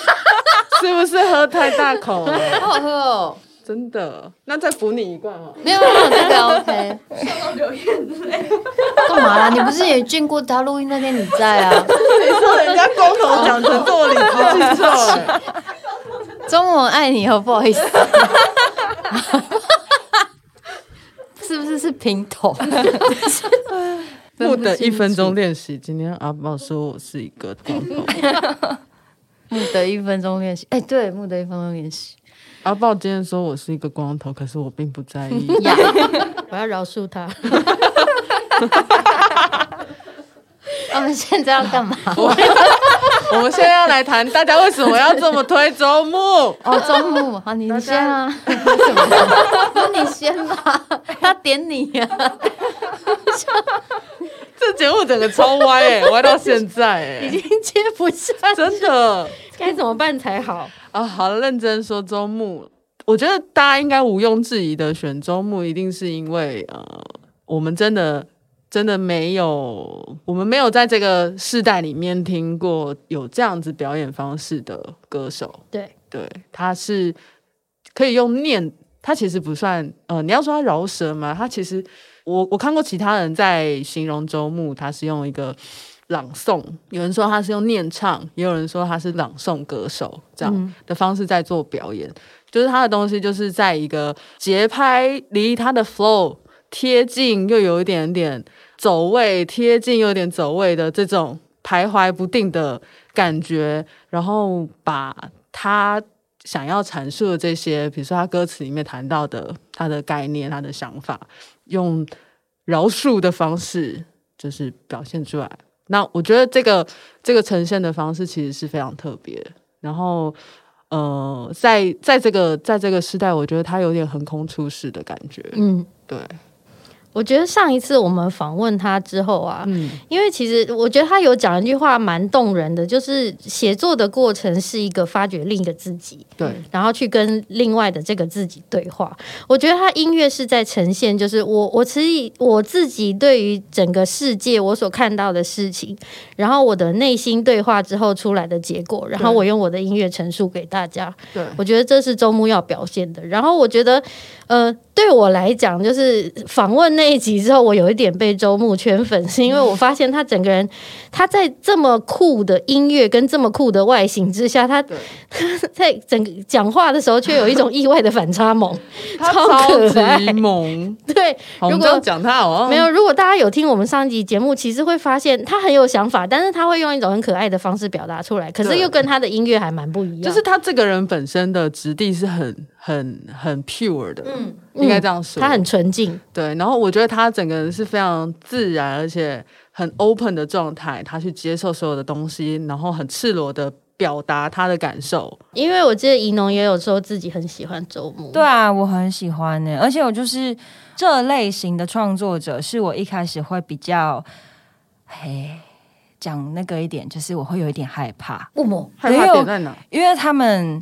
Speaker 2: 是不是喝太大口了？
Speaker 5: 好好喝哦。
Speaker 2: 真的？那再补你一罐哦。
Speaker 5: 没有没有，这个 OK。干嘛啊啦？你不是也见过他录音那天你在啊？
Speaker 2: 你说人家光头讲成做理直气 壮，
Speaker 5: 中文爱你哦，不好意思。 是不是是平头？
Speaker 2: 不等一分钟练习。今天阿宝说我是一个光 头，
Speaker 5: 木得一分钟练习，哎、对，木得一分钟练习。
Speaker 2: 阿宝今天说我是一个光头，可是我并不在 意。
Speaker 5: 呀，
Speaker 3: 我要饶恕他。
Speaker 5: 我们现在要干嘛？
Speaker 2: 我们现在要来谈大家为什么要这么推周牧。
Speaker 5: 哦，中木，好，你先啊。什么？ 啊那你先吧，他点你呀、
Speaker 2: 这这节目整个超歪哎、 歪到现在哎、
Speaker 3: 已经接不下去，
Speaker 2: 真的
Speaker 3: 该怎么办才好？
Speaker 2: 啊！好了，认真说周牧，我觉得大家应该毋庸置疑的选周牧，一定是因为呃，我们真的真的没有，我们没有在这个世代里面听过有这样子表演方式的歌手。
Speaker 3: 对，
Speaker 2: 对，他是可以用念，他其实不算呃，你要说他饶舌嘛，他其实我我看过其他人在形容周牧，他是用一个朗诵，有人说他是用念唱，也有人说他是朗诵歌手这样的方式在做表演，就是他的东西就是在一个节拍离他的 flow 贴近，又有一点点走位，贴近又有点走位的这种徘徊不定的感觉，然后把他想要阐述的这些，比如说他歌词里面谈到的他的概念、他的想法，用饶恕的方式就是表现出来。那我觉得这个这个呈现的方式其实是非常特别的。然后，呃，在在这个在这个时代，我觉得他有点横空出世的感觉。
Speaker 3: 嗯，
Speaker 2: 对，
Speaker 3: 我觉得上一次我们访问他之后啊，
Speaker 2: 嗯，
Speaker 3: 因为其实我觉得他有讲一句话蛮动人的，就是写作的过程是一个发掘另一个自己，
Speaker 2: 对，
Speaker 3: 然后去跟另外的这个自己对话。我觉得他音乐是在呈现，就是我我其实我自己对于整个世界我所看到的事情，然后我的内心对话之后出来的结果，然后我用我的音乐陈述给大家。
Speaker 2: 对，
Speaker 3: 我觉得这是周牧要表现的。然后我觉得，呃，对我来讲，就是访问那一集之后，我有一点被周牧圈粉，是因为我发现他整个人，他在这么酷的音乐跟这么酷的外形之下，他
Speaker 2: 对
Speaker 3: 他 在整个讲话的时候，却有一种意外的反 差萌，
Speaker 2: 他
Speaker 3: 超
Speaker 2: 超
Speaker 3: 可爱
Speaker 2: 级 萌。
Speaker 3: 对。
Speaker 2: 好，我
Speaker 3: 如
Speaker 2: 们
Speaker 3: 果
Speaker 2: 这样讲他好像
Speaker 3: 没有，如果大家有听我们上一集节目，其实会发现他很有想法，但是他会用一种很可爱的方式表达出来，可是
Speaker 2: 对
Speaker 3: 又跟他的音乐还蛮不一样。
Speaker 2: 就是他这个人本身的质地是很很很 pure 的，嗯，应该这样说。
Speaker 3: 他很纯净，
Speaker 2: 对，然后我觉得他整个人是非常自然，而且很 open 的状态，他去接受所有的东西，然后很赤裸的表达他的感受。
Speaker 3: 因为我记得怡农也有说自己很喜欢周牧，
Speaker 4: 对啊，我很喜欢呢、而且我就是这类型的创作者，是我一开始会比较，嘿，讲那个一点，就是我会有一点害怕，
Speaker 5: 不么？
Speaker 2: 害怕点在哪？
Speaker 4: 因为他们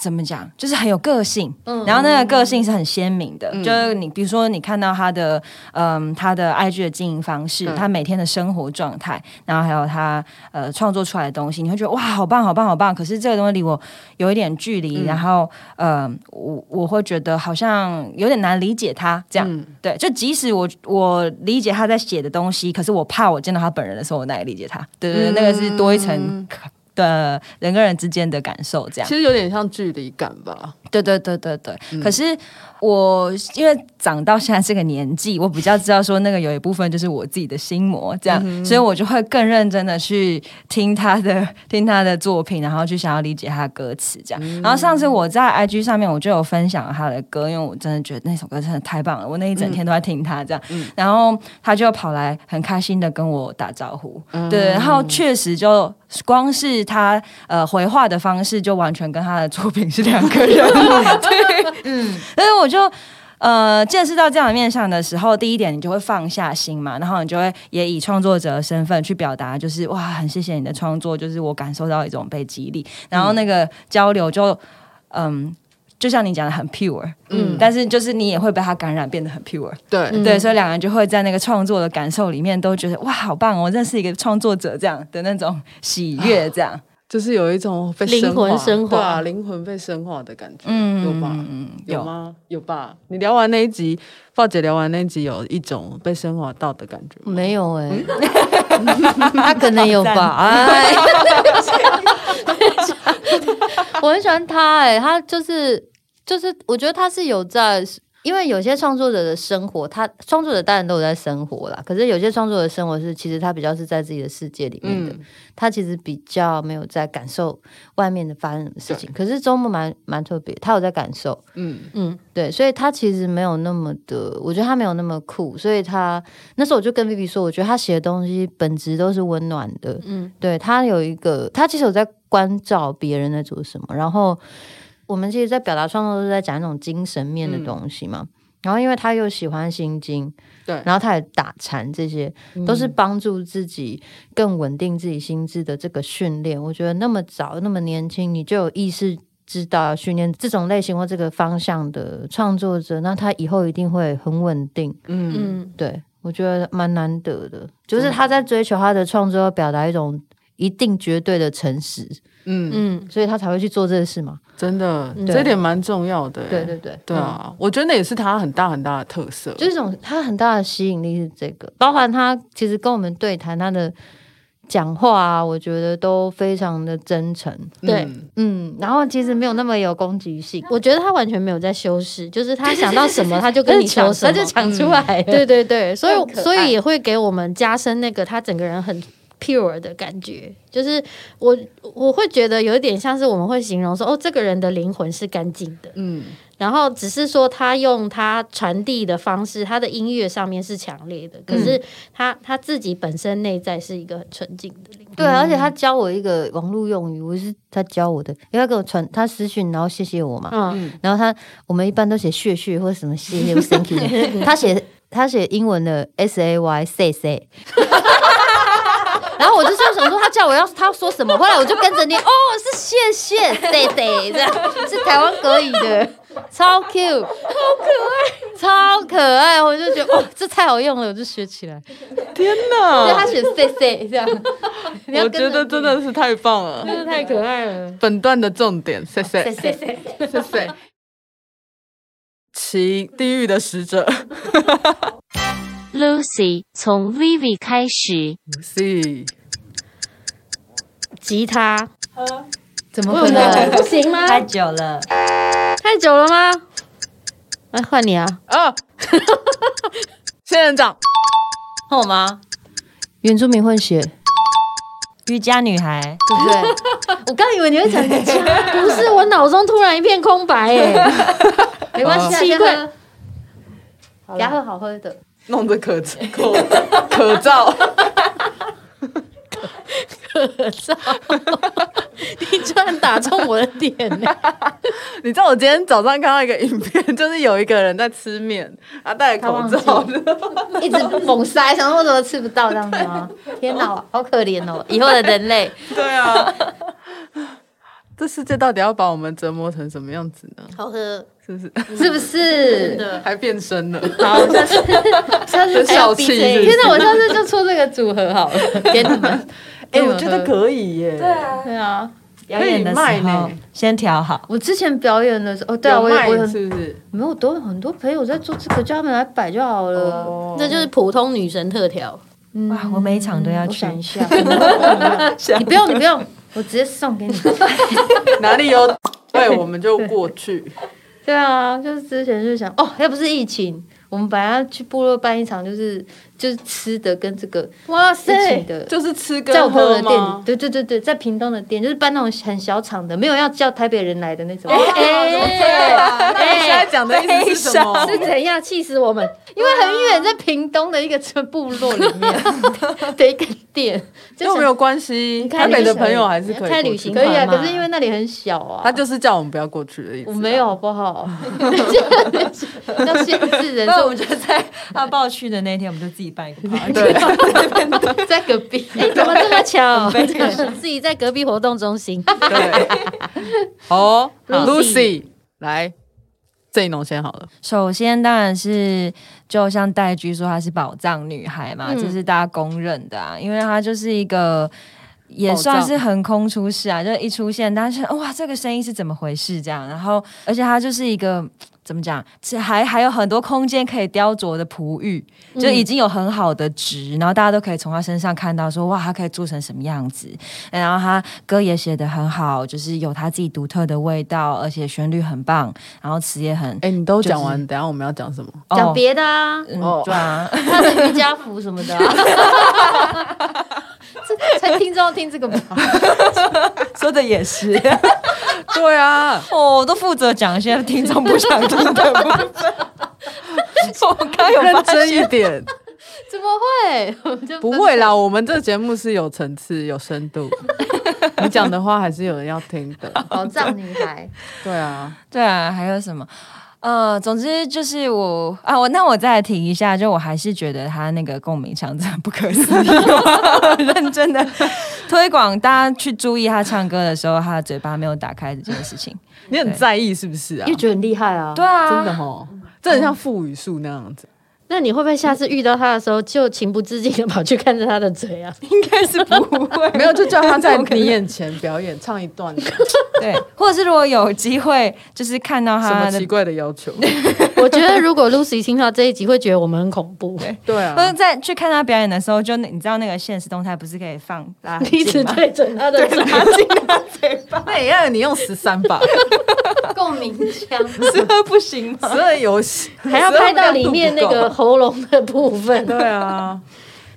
Speaker 4: 怎么讲，就是很有个性，然后那个个性是很鲜明的，就是你比如说你看到他的，嗯，他的 IG 的经营方式
Speaker 2: 对，
Speaker 4: 他每天的生活状态，然后还有他呃创作出来的东西，你会觉得哇，好棒，好棒，好棒。可是这个东西离我有一点距离，
Speaker 2: 嗯
Speaker 4: 然后呃，我我会觉得好像有点难理解他这样。
Speaker 2: 嗯，
Speaker 4: 对，就即使我我理解他在写的东西，可是我怕我见到他本人的时候，我难以理解他。对对对，
Speaker 2: 嗯
Speaker 4: 那个是多一层的人跟人之间的感受，这样
Speaker 2: 其。实有点像距离感吧。
Speaker 4: 对对对对对。可是我因为长到现在这个年纪，我比较知道说那个有一部分就是我自己的心魔，这样，所以我就会更认真的去听他的听他的作品，然后去想要理解他的歌词，这样。然后上次我在 IG 上面我就有分享他的歌，因为我真的觉得那首歌真的太棒了，我那一整天都在听他这样。然后他就跑来很开心的跟我打招呼，对，然后确实就光是他呃回话的方式，就完全跟他的作品是两 个人。对，嗯，所以我就。呃，见识到这样的面相的时候，第一点你就会放下心嘛，然后你就会也以创作者的身份去表达，就是哇，很谢谢你的创作，就是我感受到一种被激励，然后那个交流就，嗯，就像你讲的很 pure，嗯，但是就是你也会被他感染，变得很 pure，
Speaker 2: 对，
Speaker 3: 嗯
Speaker 4: 对，所以两个人就会在那个创作的感受里面都觉得哇，好棒哦，我认识一个创作者这样的那种喜 悦，这样，
Speaker 2: 就是有一种被
Speaker 3: 灵魂升华
Speaker 2: 对啊，灵魂被升华的感觉，
Speaker 4: 嗯，
Speaker 2: 有吧？
Speaker 4: 嗯
Speaker 2: 有吗？有吧？你聊完那一集，豹姐聊完那一集，有一种被升华到的感觉吗。
Speaker 5: 没有哎、 他可能有 吧。哎，我很喜欢他哎、他就是就是，我觉得他是有在。因为有些创作者的生活，他创作者当然都有在生活啦。可是有些创作者的生活是，其实他比较是在自己的世界里面的，
Speaker 2: 嗯
Speaker 5: 他其实比较没有在感受外面的发生什么事情。可是周末蛮蛮特别，他有在感受，
Speaker 2: 嗯，
Speaker 3: 嗯，
Speaker 5: 对，所以他其实没有那么的，我觉得他没有那么酷，所以他那时候我就跟 Vivi 说，我觉得他写的东西本质都是温暖的，
Speaker 3: 嗯
Speaker 5: 嗯，对他有一个，他其实有在关照别人在做什么，然后我们其实，在表达创作都是在讲那种精神面的东西嘛，然后因为他又喜欢心经，
Speaker 2: 对
Speaker 5: 然后他也打禅，这些
Speaker 3: 嗯
Speaker 5: 都是帮助自己更稳定自己心智的这个训练。我觉得那么早那么年轻，你就有意识。知道要训练这种类型或这个方向的创作者，那他以后一定会很稳定。
Speaker 2: 嗯，
Speaker 3: 嗯，
Speaker 5: 对我觉得蛮难得的，就是他在追求他的创作，要表达一种一定绝对的诚实，
Speaker 2: 嗯嗯，
Speaker 3: 嗯，
Speaker 5: 所以他才会去做这事嘛。
Speaker 2: 真的，
Speaker 5: 对
Speaker 2: 这点蛮重要的。
Speaker 5: 对对对，
Speaker 2: 对啊，我觉得那也是他很大很大的特色。
Speaker 5: 就是这种他很大的吸引力是这个，包含他其实跟我们对谈他的讲话啊，我觉得都非常的真诚，
Speaker 3: 对
Speaker 2: 嗯
Speaker 5: 嗯，然后其实没有那么有攻击性，
Speaker 3: 我觉得他完全没有在修饰，就是他想到什么他就跟你说什
Speaker 5: 他
Speaker 3: 么，嗯
Speaker 5: 就讲出来了，
Speaker 3: 对对 对，所
Speaker 5: 很
Speaker 3: 以
Speaker 5: 可爱
Speaker 3: 所以也会给我们加深那个他整个人很 pure 的感觉，就是我我会觉得有一点像是我们会形容说，哦，这个人的灵魂是干净的，
Speaker 2: 嗯，
Speaker 3: 然后只是说他用他传递的方式，他的音乐上面是强烈的，
Speaker 5: 嗯
Speaker 3: 可是他、他自己本身内在是一个很纯净的灵魂。
Speaker 5: 对，而且他教我一个网络用语，我是他教我的，因为他给我传他私讯，然后谢谢我嘛，
Speaker 3: 嗯，
Speaker 5: 然后他我们一般都写血血或什么谢谢 thank you，他写他写英文的 S A Y say say。然后我就这样想说，他叫我要他说什么，后来我就跟着念，哦，是谢谢 say say，这样是台湾国语的，超 Q，好可爱，超可爱，我就觉得哦，这太好用了，我就学起来。
Speaker 2: 天
Speaker 5: 对他
Speaker 2: 哪，
Speaker 5: 写 say say 这样，你要
Speaker 2: 我
Speaker 5: 跟
Speaker 2: 觉
Speaker 5: 着
Speaker 2: 得真的是太棒了。
Speaker 3: 真的太可爱了。
Speaker 2: 本段的重点，谢谢
Speaker 5: say say say。
Speaker 2: 谢谢。其地狱的使者
Speaker 1: Lucy 从 Vivi 开始，
Speaker 2: C，
Speaker 3: 吉他
Speaker 5: 怎么
Speaker 3: 为
Speaker 5: 可
Speaker 3: 什么
Speaker 5: 能？
Speaker 3: 不行吗？
Speaker 4: 太久了，
Speaker 3: 太久了吗？来换你啊！
Speaker 2: 啊， 仙人掌，
Speaker 5: 后吗？原住民混血，
Speaker 4: 瑜伽女孩，
Speaker 2: 哎
Speaker 5: 对不对？我刚以为你会讲瑜伽，
Speaker 3: 不是，我脑中突然一片空白
Speaker 5: 啊
Speaker 3: 哎，
Speaker 5: 没关系啊，
Speaker 3: 奇
Speaker 5: 先
Speaker 3: 怪
Speaker 5: 喝。牙喝哦好喝的，
Speaker 2: 弄得可可可造，
Speaker 3: 你突然打中我的点 呢。
Speaker 2: 你知道我今天早上看到一个影片，就是有一个人在吃面，他戴着口罩，
Speaker 5: 一直猛塞，想说我怎么吃不到这样子吗？天哪，好可怜 哦，以后的人类。
Speaker 2: 对啊， 这世界到底要把我们折磨成什么样子呢？
Speaker 3: 好喝，
Speaker 2: 是不是？
Speaker 5: 是不是？
Speaker 2: 还变身了，
Speaker 5: 好，下次下次
Speaker 2: 很小气是不是
Speaker 5: 天哪，我下次就出这个组合好了，给你们。
Speaker 2: 哎、
Speaker 5: 给你们
Speaker 2: 我觉得
Speaker 5: 喝
Speaker 2: 可以耶，对啊，
Speaker 5: 对啊，
Speaker 4: 表演的时
Speaker 2: 卖
Speaker 4: 候
Speaker 2: 呢
Speaker 4: 先调好。
Speaker 5: 我之前表演的时候，哦，对啊，我
Speaker 2: 有
Speaker 5: 有
Speaker 2: 卖
Speaker 5: 我有
Speaker 2: 是不是？
Speaker 5: 没有，都有很多朋友在做这个，叫他们来摆就好了。
Speaker 2: 哦
Speaker 3: 这就是普通女神特调。
Speaker 4: 哇，我每一场都要
Speaker 5: 我
Speaker 4: 去，
Speaker 5: 想一下， 你不用，你不用，我直接送给你。
Speaker 2: 哪里有？对，我们就过去。
Speaker 5: 对啊，就是之前就想，哦，要不是疫情，我们本来要去部落办一场，就是就是吃的跟这个
Speaker 3: 哇
Speaker 5: 一起！的，
Speaker 2: 就是吃
Speaker 5: 在我
Speaker 2: 跟
Speaker 5: 朋友
Speaker 2: 喝
Speaker 5: 的店
Speaker 2: 吗
Speaker 5: 里，？对对对对，在屏东的店，就是办那种很小场的，没有要叫台北人来的那种。哎
Speaker 2: 那你现在讲的意思是什么？
Speaker 5: 是哎怎样气死我们？哦因为很远，在屏东的一个村部落里面的一个店，
Speaker 2: 又没有关系，
Speaker 5: 看
Speaker 2: 台北的朋友还是可以
Speaker 3: 开
Speaker 2: 过
Speaker 3: 旅
Speaker 2: 去
Speaker 3: 行
Speaker 5: 可
Speaker 2: 的。
Speaker 5: 以啊，
Speaker 3: 团嘛
Speaker 5: 可是因为那里很小啊，
Speaker 2: 他就是叫我们不要过去的意思。啊
Speaker 5: 我没有，好不 好？要限制人
Speaker 4: 那我
Speaker 3: 哦
Speaker 5: 数
Speaker 4: 们就在他报去的那天，我们就自己办 一个 party。
Speaker 2: 对，
Speaker 5: 在隔壁，
Speaker 3: 哎怎么这么 巧？自己在隔壁活动中心。
Speaker 2: 对。哦
Speaker 3: Lucy
Speaker 2: ，Lucy，来，郑一农先好了。
Speaker 4: 首先当然是，就像戴居说她是宝藏女孩嘛，
Speaker 3: 嗯
Speaker 4: 这是大家公认的啊，因为她就是一个。也算是横空出世啊，就一出现，大家就哇，这个声音是怎么回事？这样，然后而且她就是一个怎么讲，这还还有很多空间可以雕琢的璞玉，就已经有很好的值，然后大家都可以从她身上看到说哇，她可以做成什么样子。然后她歌也写得很好，就是有她自己独特的味道，而且旋律很棒，然后词也很
Speaker 2: 哎，你都讲
Speaker 4: 就
Speaker 2: 完，等一下我们要讲什么？
Speaker 5: 讲
Speaker 4: 哦
Speaker 5: 别的啊，
Speaker 2: 哦
Speaker 4: 嗯，对啊，
Speaker 5: 他的瑜伽服什么的 啊。这才听众要听这个吧，
Speaker 4: 说的也是，
Speaker 2: 对啊，
Speaker 4: 哦，我都负责讲一些听众不想听的部分。我刚有
Speaker 2: 认
Speaker 4: 发
Speaker 2: 真
Speaker 4: 现，
Speaker 2: 一点。
Speaker 5: 怎么会？我们就
Speaker 2: 不会啦，我们这节目是有层次、有深度。你讲的话还是有人要听的。
Speaker 5: 宝藏女孩，
Speaker 2: 对啊，
Speaker 4: 对啊，还有什么？呃，总之就是我啊，我那我再提一下，就我还是觉得他那个共鸣腔真的不可思议，我 认真的推广大家去注意他唱歌的时候，他的嘴巴没有打开这件事情。
Speaker 2: 你很在意是不是啊
Speaker 5: 因为？觉得很厉害啊。
Speaker 4: 对啊，
Speaker 2: 真的哦，这很像腹语术那样子。
Speaker 3: 那你会不会下次遇到他的时候，就情不自禁的跑去看着他的嘴啊？
Speaker 4: 应该是不会
Speaker 2: 没有，就叫他在你眼前表演唱一段什
Speaker 4: 对，或者是如果有机会，就是看到他
Speaker 2: 么
Speaker 4: 的
Speaker 2: 奇，怪的要求？
Speaker 3: 我觉得如果 Lucy 听到这一集，会觉得我们很恐怖。
Speaker 2: 对
Speaker 4: 或者
Speaker 2: 啊，
Speaker 4: 在去看他表演的时候，就那你知道那个现实动态不是可以 放拉
Speaker 3: 你一直
Speaker 4: 近吗？
Speaker 3: 对准他的嘴，
Speaker 2: 那也要你用十三吧，
Speaker 5: 共鸣腔，
Speaker 4: 这个不行 吗？
Speaker 2: 十二游戏
Speaker 3: 还要拍到里面那个。喉咙的部 分。
Speaker 2: 对啊，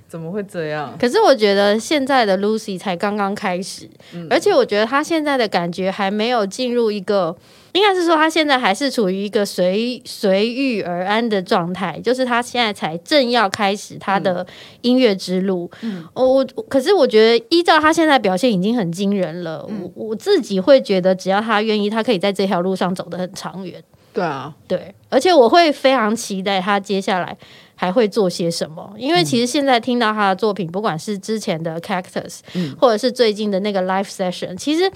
Speaker 2: 怎么会这样？
Speaker 3: 可是我觉得现在的 Lucy 才刚刚开始，而且我觉得她现在的感觉还没有进入一个，应该是说她现在还是处于一个随随遇而安的状态，就是她现在才正要开始她的音乐之路。我我可是我觉得依照她现在表现已经很惊人了，我我自己会觉得只要她愿意，她可以在这条路上走得很长远。
Speaker 2: 对啊，
Speaker 3: 对，而且我会非常期待他接下来还会做些什么，因为其实现在听到他的作品，不管是之前的 Cactus，、或者是最近的那个 Live Session，其实。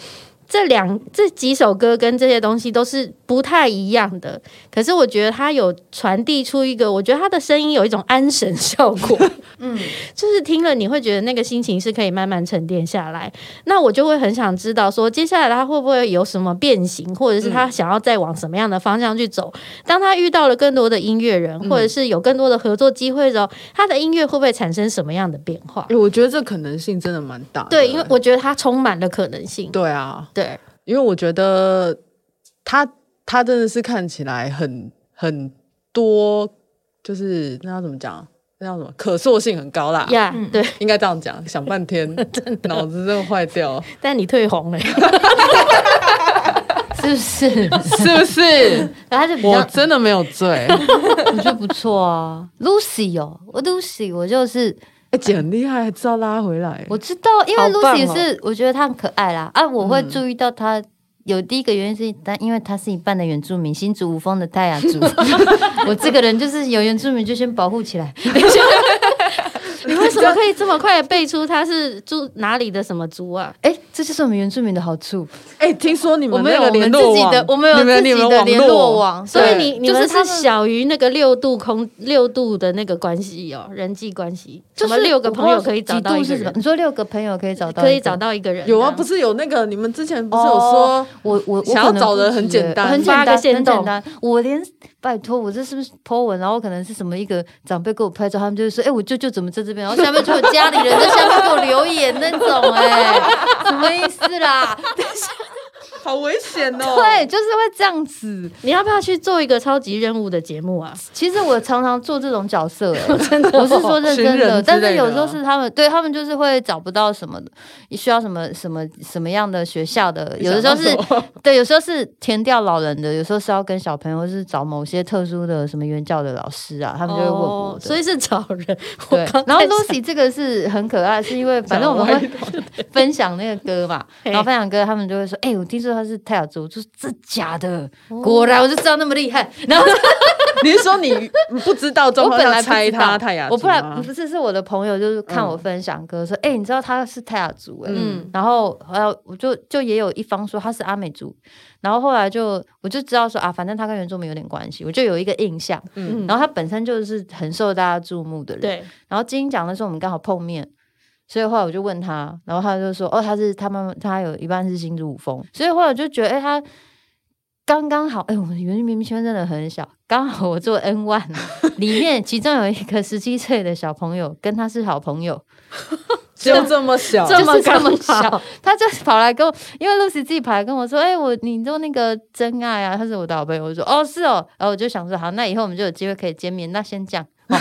Speaker 3: 这两这几首歌跟这些东西都是不太一样的，可是我觉得他有传递出一个，我觉得他的声音有一种安神效果，嗯，就是听了你会觉得那个心情是可以慢慢沉淀下来。那我就会很想知道说，接下来他会不会有什么变形，或者是他想要再往什么样的方向去走？当他遇到了更多的音乐人，或者是有更多的合作机会的时候，他的音乐会不会产生什么样的变化？
Speaker 2: 哎我觉得这可能性真的蛮大的。
Speaker 3: 对，因为我觉得他充满了可能性。
Speaker 2: 对啊，
Speaker 3: 对，
Speaker 2: 因为我觉得他他真的是看起来很很多，就是那要怎么讲？那叫什么？可塑性很高啦
Speaker 3: 呀、
Speaker 5: 嗯
Speaker 3: 对，
Speaker 2: 应该这样讲。想半天， 脑子真的坏掉，
Speaker 3: 但你退红了，
Speaker 5: 是不是？
Speaker 2: 是不 是？
Speaker 5: 然后他就比
Speaker 2: 我
Speaker 5: 较，
Speaker 2: 真的没有 醉。
Speaker 5: 我觉得不错啊。Lucy 哦，我 Lucy 我就是
Speaker 2: 哎，姐很厉害，还知道拉回来。
Speaker 5: 我知道，因为
Speaker 3: 好棒
Speaker 5: Lucy
Speaker 3: 哦嗯
Speaker 5: 是、我觉得她很可爱啦。啊，我会注意到她。有第一个原因是，但因为她是一半的原住民，新竹无风的泰 雅族，我这个人就是有原住民就先保护起来。
Speaker 3: 你为什么可以这么快地背出他是住哪里的什么族啊？
Speaker 5: 哎、这就是我们原住民的好处。
Speaker 2: 哎，听说你
Speaker 5: 我
Speaker 2: 们
Speaker 5: 们
Speaker 2: 那
Speaker 5: 有
Speaker 2: 个
Speaker 5: 我们
Speaker 2: 联
Speaker 5: 自
Speaker 2: 络
Speaker 5: 己的
Speaker 2: 网，，
Speaker 5: 我们有
Speaker 2: 你
Speaker 5: 自己的联络
Speaker 2: 网
Speaker 5: 网，
Speaker 3: 所以
Speaker 2: 对
Speaker 3: 你你
Speaker 5: 就是
Speaker 3: 们
Speaker 5: 他
Speaker 3: 是
Speaker 5: 们
Speaker 3: 小于那个六度空六度的那个关系哦，人际关系，
Speaker 5: 就
Speaker 3: 什么
Speaker 5: 是
Speaker 3: 六个朋友可以找到一
Speaker 5: 几度
Speaker 3: 个
Speaker 5: 是什么？你
Speaker 3: 人，
Speaker 5: 说六个朋友可以找到一个，
Speaker 3: 可以找到一个人。
Speaker 2: 有啊，
Speaker 3: 这样
Speaker 2: 不是有那个？你们之前不是有
Speaker 5: 哦
Speaker 2: 说
Speaker 5: 我我我
Speaker 2: 想要
Speaker 5: 可能
Speaker 2: 找
Speaker 5: 不
Speaker 2: 人很
Speaker 5: 止
Speaker 2: 简
Speaker 5: 欸
Speaker 2: 单
Speaker 5: 很简
Speaker 3: 发个
Speaker 5: 单，
Speaker 3: 限
Speaker 5: 很
Speaker 3: 动
Speaker 5: 简单。我连拜托，我这是不是 po 文？然后可能是什么一个长辈给我拍照，他们就会说：“哎、我舅舅怎么在这边？”然后下面就有家里人在下面给我留言那 种、哎，什么意思啦？
Speaker 2: 好危险哦？
Speaker 5: 对，就是会这样子。
Speaker 3: 你要不要去做一个超级任务的节目啊？
Speaker 5: 其实我常常做这种角 色、哎我是说认
Speaker 2: 哦寻
Speaker 5: 真
Speaker 2: 人之
Speaker 5: 的，但
Speaker 2: 类
Speaker 5: 是
Speaker 2: 的
Speaker 5: 有时候
Speaker 2: 啊
Speaker 5: 是他们对他们就是会找不到什么的，需要什么什么什么样的学校的，有的时候是
Speaker 2: 想到什么
Speaker 5: 对，有时候是填掉老人的，有时候是要跟小朋友，或是找某些特殊的什么原教的老师啊，他们就会问我
Speaker 3: 哦
Speaker 5: 的。
Speaker 3: 所以是找人。
Speaker 5: 对
Speaker 3: 我刚，
Speaker 5: 然后
Speaker 3: 在想
Speaker 5: Lucy 这个是很可爱，是因为反正我们会分享那个歌 嘛，
Speaker 3: 嘿
Speaker 5: 然后分享歌，他们就会说：“哎、我听说他是泰雅族，我就是这假的，
Speaker 2: 哦
Speaker 5: 果然我就知道那么厉害。” 然后
Speaker 2: 你是说你不知道状
Speaker 5: 我
Speaker 2: 况
Speaker 5: 本
Speaker 2: 下
Speaker 5: 来不知
Speaker 2: 猜
Speaker 5: 道
Speaker 2: 他泰雅族啊
Speaker 5: 我
Speaker 2: 吗？
Speaker 5: 本来不是是我的朋友，就是看我分享歌说，哎、你知道他是泰雅族哎、
Speaker 2: 嗯
Speaker 5: 然后还有我就就也有一方说他是阿美族，然后后来就我就知道说啊，反正他跟原住民有点关系，我就有一个印象，
Speaker 2: 嗯
Speaker 5: 然后他本身就是很受大家注目的人，
Speaker 3: 对，
Speaker 5: 然后金鹰奖的时候我们刚好碰面，所以后来我就问他，然后他就说，哦，他是他妈妈，他有一半是新竹五峰，所以后来我就觉得，哎，他刚刚好，哎，我们原住民圈真的很小，刚好我做 N one 里面，其中有一个十七岁的小朋友跟他是好朋友，
Speaker 2: 就这么小，
Speaker 3: 这
Speaker 5: 就是
Speaker 3: 么
Speaker 5: 这
Speaker 3: 刚
Speaker 5: 么
Speaker 3: 好
Speaker 5: 小，他就跑来跟我，因为 Lucy 自己跑来跟我说：“哎、我你做那个真爱啊，他是我的好朋友。”我说：“哦，是哦。”然后我就想说：“好，那以后我们就有机会可以见面，那先这样。哦”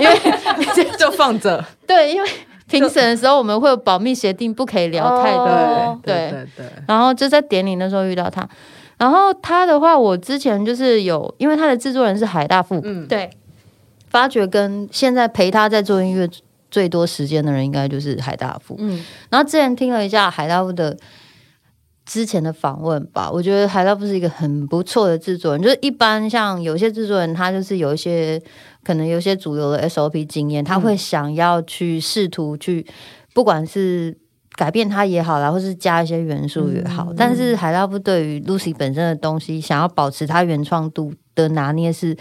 Speaker 5: 因为
Speaker 2: 就放 着。
Speaker 5: 对，因为评审的时候我们会有保密协定，不可以聊太多。
Speaker 2: 哦对
Speaker 5: 对
Speaker 2: 对对，
Speaker 5: 然后就在典礼那时候遇到他，然后他的话，我之前就是有，因为他的制作人是海大富，
Speaker 2: 嗯，
Speaker 3: 对，
Speaker 5: 发觉跟现在陪他在做音乐最多时间的人，应该就是海大富。
Speaker 3: 嗯，
Speaker 5: 然后之前听了一下海大富的之前的访问吧，我觉得海拉布是一个很不错的制作人。就是一般像有些制作人，他就是有一些可能有一些主流的 SOP 经验，他会想要去试图去，不管是改变它也好啦，或是加一些元素也
Speaker 2: 嗯
Speaker 5: 好。但是海拉布对于 Lucy 本身的东西，想要保持它原创度的拿捏是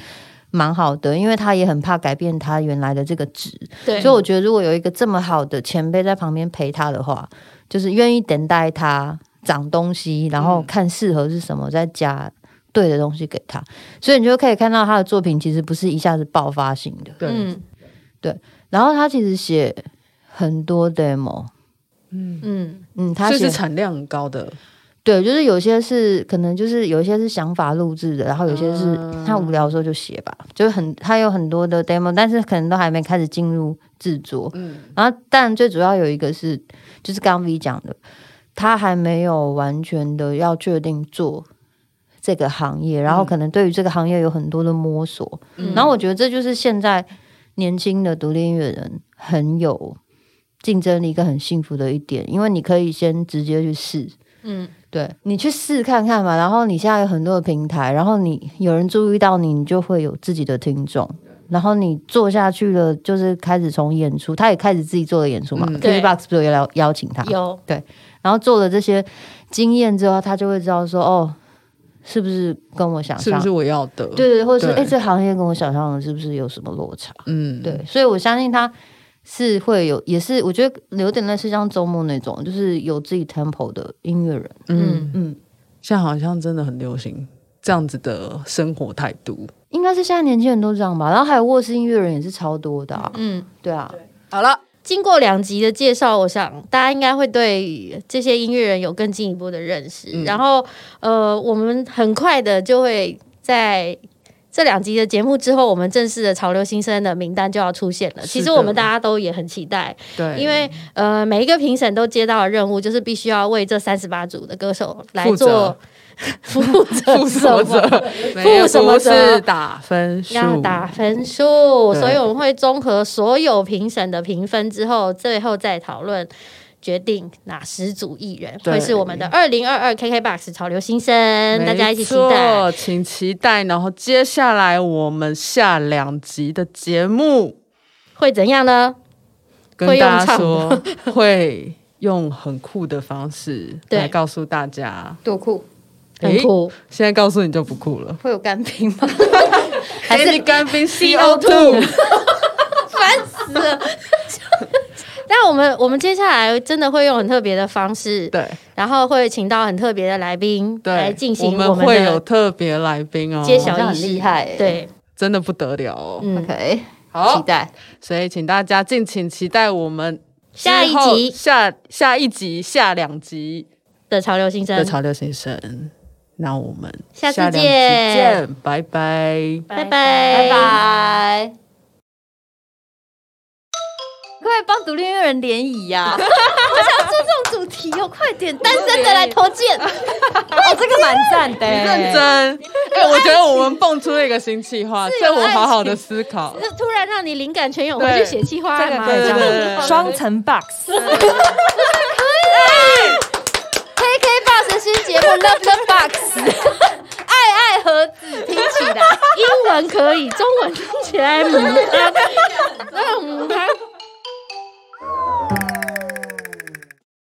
Speaker 5: 蛮好的，因为他也很怕改变他原来的这个值。
Speaker 3: 对
Speaker 5: 所以我觉得，如果有一个这么好的前辈在旁边陪他的话，就是愿意等待他长东西，然
Speaker 2: 嗯
Speaker 5: 后看适合是什么，再加对的东西给他。所以你就可以看到他的作品其实不是一下子爆发性的。
Speaker 2: 对，
Speaker 3: 嗯
Speaker 5: 然后他其实写很多 demo，
Speaker 3: 嗯，
Speaker 5: 嗯，他
Speaker 2: 所以
Speaker 5: 写
Speaker 2: 是产量很高的，
Speaker 5: 对，就是有些是可能就是有一些是想法录制的，然后有些是
Speaker 2: 嗯
Speaker 5: 他无聊的时候就写吧，就是很他有很多的 demo，但是可能都还没开始进入制作。
Speaker 2: 嗯，
Speaker 5: 然后但最主要有一个是，就是刚刚 V 讲的，他还没有完全的要确定做这个行业，然后可能对于这个行业有很多的摸索。
Speaker 3: 嗯
Speaker 5: 然后我觉得这就是现在年轻的独立音乐人很有竞争力跟很幸福的一点，因为你可以先直接去试。
Speaker 3: 嗯，
Speaker 5: 对你去试看看嘛，然后你现在有很多的平台，然后你有人注意到你，你就会有自己的听众，然后你做下去了，就是开始从演出，他也开始自己做了演出嘛、
Speaker 2: 嗯
Speaker 5: k
Speaker 3: 对
Speaker 5: b o x 不是有邀邀请他，
Speaker 3: 有
Speaker 5: 然后做了这些经验之后，他就会知道说，哦，是不是跟我想
Speaker 2: 是不
Speaker 5: 象，
Speaker 2: 是我要的？
Speaker 5: 对，对，或者是
Speaker 2: 对
Speaker 5: 哎，这行业跟我想象的是不是有什么落差？
Speaker 2: 嗯，
Speaker 5: 对，所以我相信他是会有，也是我觉得有点类似像周末那种，就是有自己 tempo 的音乐人，
Speaker 2: 嗯，
Speaker 5: 嗯。
Speaker 2: 现在好像真的很流行这样子的生活态度。
Speaker 5: 应该是现在年轻人都这样吧。然后还有卧室音乐人也是超多的、啊，
Speaker 3: 嗯。
Speaker 5: 对啊，
Speaker 2: 好了，
Speaker 3: 经过两集的介绍，我想大家应该会对这些音乐人有更进一步的认识。
Speaker 2: 嗯
Speaker 3: 然后，呃，我们很快的就会在这两集的节目之后，我们正式的潮流新生的名单就要出现了。
Speaker 2: 是
Speaker 3: 其实
Speaker 2: 的
Speaker 3: 我们大家都也很期待，
Speaker 2: 对，
Speaker 3: 因为呃，每一个评审都接到的任务就是必须要为这三十八组的歌手来
Speaker 2: 负责
Speaker 3: 做 负责
Speaker 2: 负什么责？
Speaker 3: 负什么责
Speaker 2: 不是打分数，
Speaker 3: 要打分数，
Speaker 2: 对
Speaker 3: 所以我们会综合所有评审的评分之后，最后再讨论决定哪十组艺人
Speaker 2: 对
Speaker 3: 会是我们的二零二二 KKBOX 潮流新生，大家一起期待。
Speaker 2: 没错，请期待。然后接下来我们下两集的节目
Speaker 3: 会怎样呢？
Speaker 2: 跟
Speaker 3: 会用
Speaker 2: 大家
Speaker 3: 唱
Speaker 2: 说， 会用很酷的方式
Speaker 3: 对
Speaker 2: 来告诉大家。
Speaker 5: 多酷！
Speaker 3: 很酷，
Speaker 2: 现在告诉你就不酷了，
Speaker 5: 会有干冰吗？
Speaker 2: 还是干冰 CO two。
Speaker 3: 那我们我们接下来真的会用很特别的方式，
Speaker 2: 对
Speaker 3: 然后会请到很特别的来宾
Speaker 2: 对，
Speaker 3: 来进
Speaker 2: 我
Speaker 3: 行们
Speaker 2: 们会有
Speaker 3: 的
Speaker 2: 特别来宾哦，
Speaker 3: 揭晓
Speaker 5: 好像
Speaker 3: 仪
Speaker 5: 很
Speaker 3: 式，
Speaker 5: 厉害欸
Speaker 3: 对，
Speaker 2: 真的不得了哦。
Speaker 3: 嗯，
Speaker 5: ，OK，期
Speaker 2: 好，
Speaker 5: 待。
Speaker 2: 所以请大家敬请期待我们
Speaker 3: 下一
Speaker 2: 之后
Speaker 3: 集
Speaker 2: 下下一集、下两集。
Speaker 3: 的潮流新
Speaker 2: 的
Speaker 3: 生，
Speaker 2: 潮流先生。那我们
Speaker 3: 下次
Speaker 2: 两集
Speaker 3: 见
Speaker 2: 见，拜拜。
Speaker 3: 拜拜
Speaker 5: 拜拜。快帮独立音乐人联谊 呀！我想做这种主题哦，快点，单身的来投件。哦，这个蛮赞的欸，
Speaker 2: 认真，哎、我觉得我们蹦出了一个新计划，
Speaker 3: 自由
Speaker 2: 这我
Speaker 3: 爱
Speaker 2: 好好的思考。
Speaker 3: 那突然让你灵感泉涌，回去
Speaker 2: 对
Speaker 3: 写计划案吗？
Speaker 2: 对对对
Speaker 3: 这样
Speaker 2: 对
Speaker 4: 双层 box，
Speaker 5: KK Box 新节目 Love the Box，爱爱盒子听起来。
Speaker 3: 英 文可以，中文听起来母汤，那母汤。